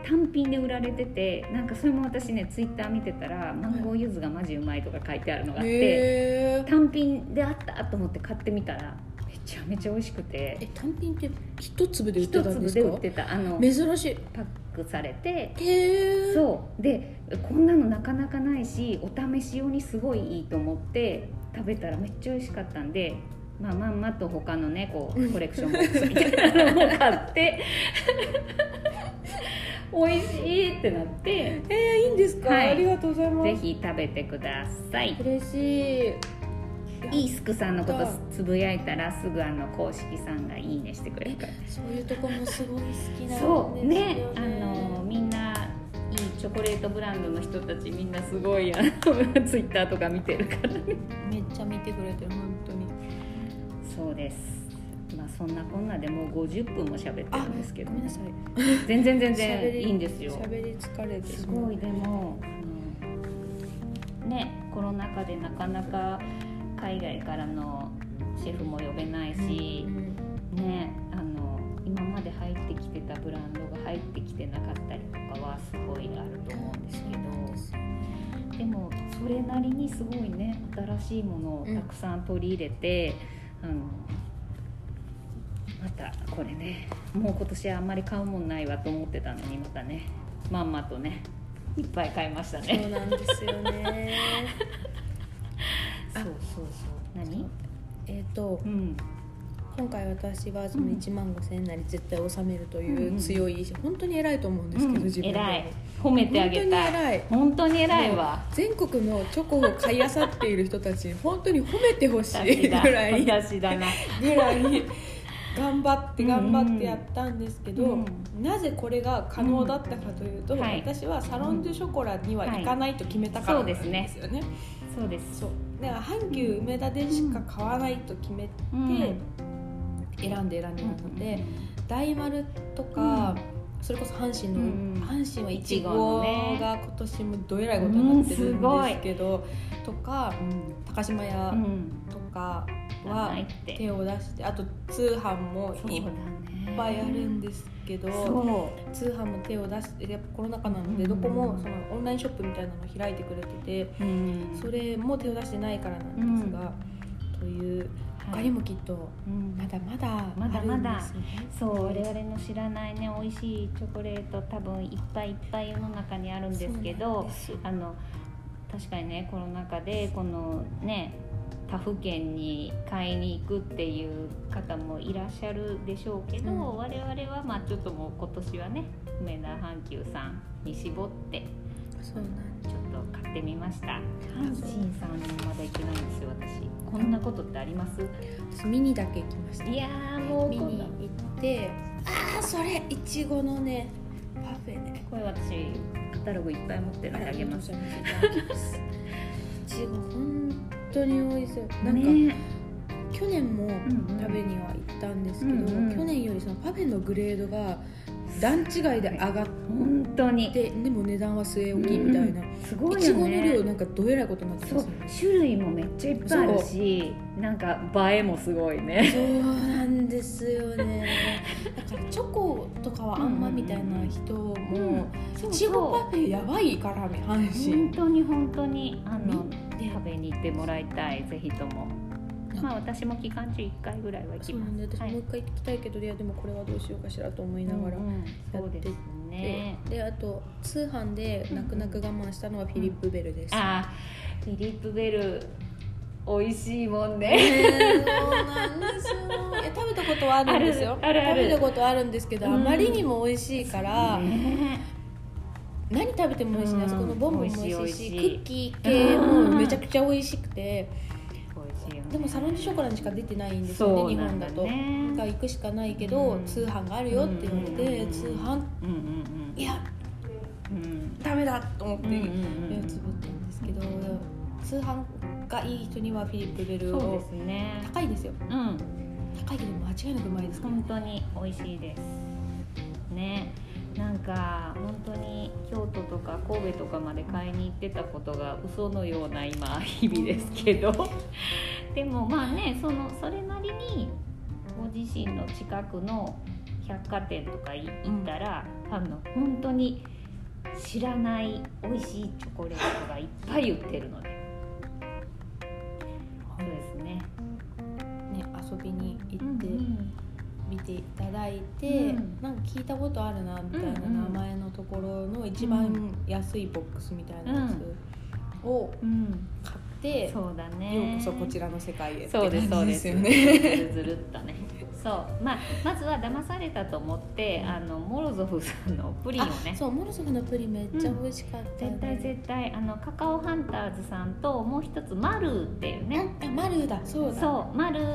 単品で売られててなんかそれも私ねツイッター見てたら「マンゴー柚子がマジうまい」とか書いてあるのがあって
へー
単品であったと思って買ってみたらめちゃめちゃ美味しくて
え単品って一粒で売って
一
たんで
粒
す
で
か
売ってたあの
珍し
パックされて
いへえ
そうでこんなのなかなかないしお試し用にすごいいいと思って食べたらめっちゃ美味しかったんで、まあ、まんまと他のねこうコレクションボックスみたいなのを買って 美味しいってなって
えー、いいんですか、
はい
ありがとうございます
ぜひ食べてください
嬉しい
イースクさんのことつぶやいたらすぐあの公式さんが「いいね」してくれるから
そういうとこもすごい好きなんですよ
そ
ね
うねあのみんないいチョコレートブランドの人たちみんなすごいあの ツイッターとか見てるから
めっちゃ見てくれてる本当に
そうですまあそんなこんなでもう50分も喋ってるんですけど
ごめんなさい
全然全
喋
然
り
いいんですよ
喋り疲れて
す
しまう
ごいでもあのねコロナ禍でなかなか海外からのシェフも呼べないし
う、ん
ねあの今まで入ってきてたブランドが入ってきてなかったりとかはすごいあると思うんですけどでもそれなりにすごいね新しいものをたくさん取り入れて、あのまたこれねもう今年はあんまり買うもんないわと思ってたのにまたねまんまとねいっぱい買いました
そ
ね。
うなんですよね
そうそうそう何
えっと
うん
今回私はそ
う
の
ん
1万5千円なり絶対納めると
うん
いううん強い意志、本当に偉いと思うんですけど、
うん
自分でも
偉い褒めてあげた
本当に
い
偉い
本当に偉いわ
全国のチョコを買い漁っている人 たちに本当に褒めてほしい
私
ぐ
だ
らい
私だな
ぐらい頑張って
うんうん
頑張ってやったんですけど、
うん
なぜこれが可能だったかというと、
うんはい
私はサロン・デュ・ショコラには行かないと決めたからなんですよね。
そうです
そうだから阪急梅田でしか買わないと決めて
うん
選んで選んでなので、大丸とか、それこそ阪神の、
うんうん
阪神はイチ
いちごの
ゴ
ね
が今年もどえらいことになってるんですけど、とか
うん
高島
う
屋
ん
とかは
ないって
手を出してあと通販も
そうだ
い
ね
っぱいあるんですけど、
そ
通販も手を出してやっぱコロナ禍なので、
うん
どこもそのオンラインショップみたいなのを開いてくれて
うう
て
ん
それも手を出してないからなんですが、という他にもきっと
うん
まだまだ
まだ
ある
ま
ん
だ
ですよね
そう我々の知らないね美味しいチョコレート多分いっぱいいっぱい世の中にあるんですけ
そうなん
ど
です
あの確かにねコロナ禍でこのね他府県に買いに行くっていう方もいらっしゃるでしょうけど、
うん
我々はまあちょっともう今年はね梅田阪急さんに絞って
そうなん
ちょっと買ってみました。阪神さんにまだ行けないんですよ、私。こんなことってあります。
ですミニだけ行きました
いやー、もう
ミ
こん
ニ
な。
行ってああそれいちごのねパフェね
これ私、カタログいっぱい持ってるんであげます。
いちご本当に美味しそうなんか、
ね
去年も
ん
食べには行ったんですけど、
うんうん
去年よりそのパフェのグレードが段違いで上がっ
本当に。
てでも値段は据え置きみたいな、
すご
い
い
ち
よ
ごの量
ね。
なんかどえらいことになって
そ
ま
う
すよね、
種類もめっちゃいっぱいあるし、なんか映えもすごいね。
そうなんですよねだからチョコとかはあんまみたいな人もいちごパフェやばいからね阪
本
神
当に本当に、あの
ね。
食べに行ってもらいたい、ぜひとも。
なんか
まあ、私も期間中一回ぐらいは行き
そうな
ま
んで私
す。はい
もう一回行きたいけど、い、やでもこれはどうしようかしらと思いながら、
うんうんそうですね。
でであと通販で泣く泣く我慢したのはフィリップ・ベルです、
あーフィリップベル美味しいもん
え
ね
ーそうなんですよいや食べたことはあるんですよ
あるあるある
食べたことはあるんですけど、
うん
あまりにも美味しいから、
ね
何食べても美味しい
う
ね、
ん
あそこのボンボンも美味しいし
美味しい美味しい
クッキー系もめちゃくちゃ美味しくて、
美味しいよね
でもサロンデュショコラにしか出てないんです
そ
よね
う
日
な
本
ん
だ
だ
と。
ね
が行くしかないけど、
うん
通販があるよって言われて、
うん
通販
うんうん
いや
うんうん
ダメだと思って
うんうん
目をつぶったんですけど、通販がいい人にはフィリップ・ベ
うん
ル
そう
を
ですね
高いですよ
うん
高いけど間違いなくうまいですから、
本当に美味しいですねなんか本当に京都とか神戸とかまで買いに行ってたことが嘘のような今日々ですけど でもまあねそのそれなりにご自身の近くの百貨店とかい行ったら、あの本当に知らない美味しいチョコレートがいっぱい売ってるのでそうですね。
ね、遊びに行って
うん
見ていただいて、
うん
なんか聞いたことあるなみたいな
うんうん
名前のところの一
う
番安いボックスみたいなやつを
うん、
買って、
そうだね。
ようこそこちらの世界へって
そうですそう
感じ
で
ですすよね。
ずるずるっとねそうまあまずは騙されたと思ってあのモロゾフさんのプリンをね
あそうモロゾフのプリンめっちゃ美味しかったよね、
絶対絶対あのカカオハンターズさんともう一つマルーっていうね
あマルだそうだ
そうマルー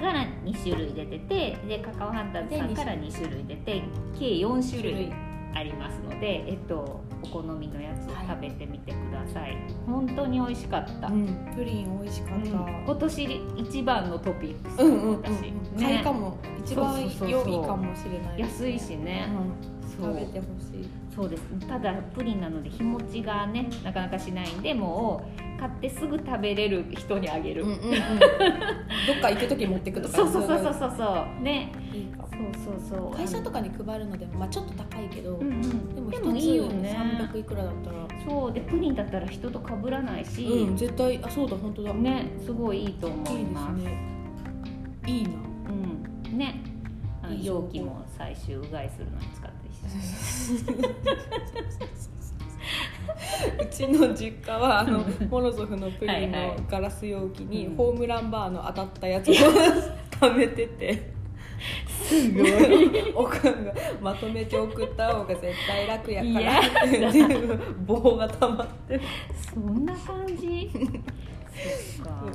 から2種類出ててでカカオハンターズさんから2種類出て計4種類ありますので、えっと、お好みのやつを食べてみてください、本当に美味しかった、
うん、プリン美味しか
う
っ
ん
た、
今年一番のトピックス
うん、うんうんうん
私、
買いかも一番良
そうそ
い
うそうそう
かもしれない
安いしね、
うん、食べてほしい
そうですただプリンなので日持ちがねなかなかしないんでもう買ってすぐ食べれる人にあげる、
うんうんうん どっか行く時持ってくとか
そうそうそうそうそうそうね
いいかも
そうそうそう
会社とかに配るのでも、まあ、ちょっと高いけど、
うんうん
で
で
も
も
一
いいよ
つ
ね
300いくらだったら、
そうでプリンだったら人と被らないし、
うん絶対あそうだ本当だ
ねすごいいいと思
い
い
いです
ます
ねい いな
うんねあの
いい情報
容器も最終うがいするのに使ってし
うちの実家はあの
うん
モロゾフのプリン
はいは
の
い
ガラス容器に
うん
ホームランバーの当たった やつを貯めてて
す
すいおかんがまとめて送った方が絶対楽やからって 言って棒が溜 まって
そんな感 じそっか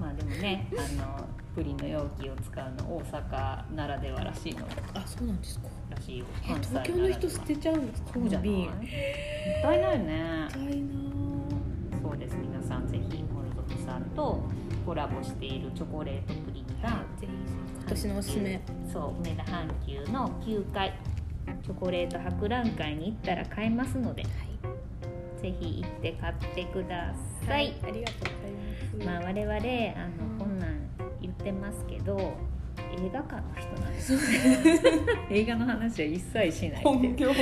まあでもねあのプリンの容器を使うの大阪ならではらしいの
あそうなんですから
しいよ
え
関西ならで
東京
は
の人捨てちゃうんですか
そうじゃない
瓶
もったいないね
痛いな
そうです皆さんぜひモルドフさんとコラボしているチョコレートプリンが
ぜひ今年のおすすめ
そう梅田阪急の9階チョコレート博覧会に行ったら買えますのでぜひ行って買ってください、
ありがとうござい
ま
ま
あ
す、
我々あのこんなん言ってますけど映画館の人なんですよ 映画の話は一切しない
本業が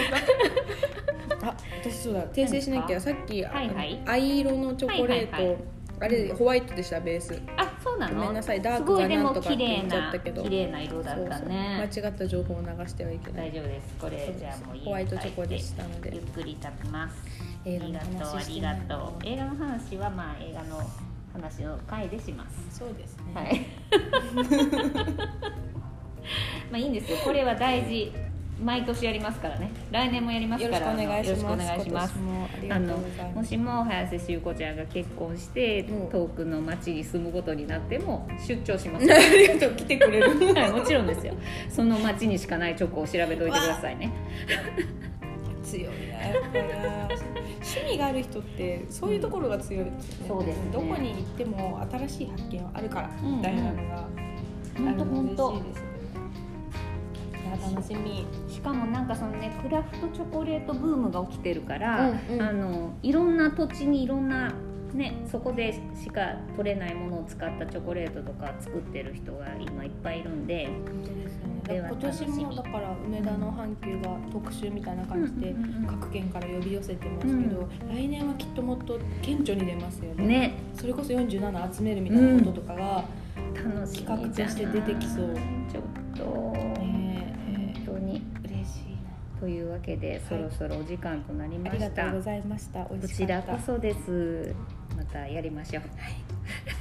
あ私そうだ訂正しなきゃさっき、
はいはい
あの藍色のチョコレート、
はいはいはい
あれホワイトでしたベース
あそうな
ご
の
めんなさいダ
す
ーク
ごい
が
で
な
も
んとかっ
綺
て言
麗
っちゃっ
な
たけど
綺麗な色だったね
そうそう間違った情報を流してはいけない
大丈夫ですこれじゃあもう家に帰って
ホワイトチョコでしたの
ゆっ
で
くり食べますあ
映
り
画
が
の
とうあ
話し
り
て
が
ないな
とう映画の話はまあ映画の話の回でします
そうですね、
はい まあいいんですよこれは大事毎年やりますからね来年もやります
よろ
か
しく
ら
お願いします
あのよろしくお願いします
今年もありが
あ
とう
の
ござい
も
ます
しも早瀬修子ちゃんが結婚して、
うん
遠くの町に住むことになっても出張します
ありがとう来てくれる
はい、もちろんですよその町にしかないチョコを調べといてくださいね
強いなやっぱな趣味がある人ってそういうところが強いですね
そうですね
どこに行っても新しい発見はあるから
うんうん
みたいなのがある
本当本
の
当
嬉しいですねいや楽しみ
しかもなんかそのねクラフトチョコレートブームが起きてるから、
うんうん
あのいろんな土地にいろんなねそこでしか取れないものを使ったチョコレートとか作ってる人が今いっぱいいるんで
本当ですね
では
今年
楽
も
しみ
だから梅田の阪急が特集みたいな感じで
うんうんうん
各県から呼び寄せてますけど、来年はきっともっと顕著に出ますよね
ね
それこそ47集めるみたいなこととかが、
楽しみじゃない
企画として出てきそう
ちょっと、
ね
本当に
え嬉しいな
というわけでそろそろお時間となりま
ありが
し
と
た、
うございました。美
こ
味し
ち
からった
こそですまたやりましょう、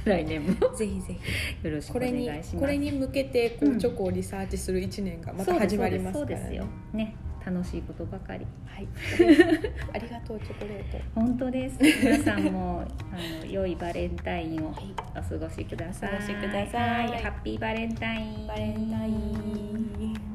来年もよ
ぜひぜひ。
ろしく
こ
お願
れ
い
に
します
これに向けて
う
こうんチョコをリサーチする一年がまた始まりますから、ね。
そうですそうですよね楽しいことばかり
はい。ありがとうチョコレート。
本当 です皆さんもあの良いバレンタインを
はい
お過ごしください
お過ごしください
はハッピーバレンタイン
バレンタイン。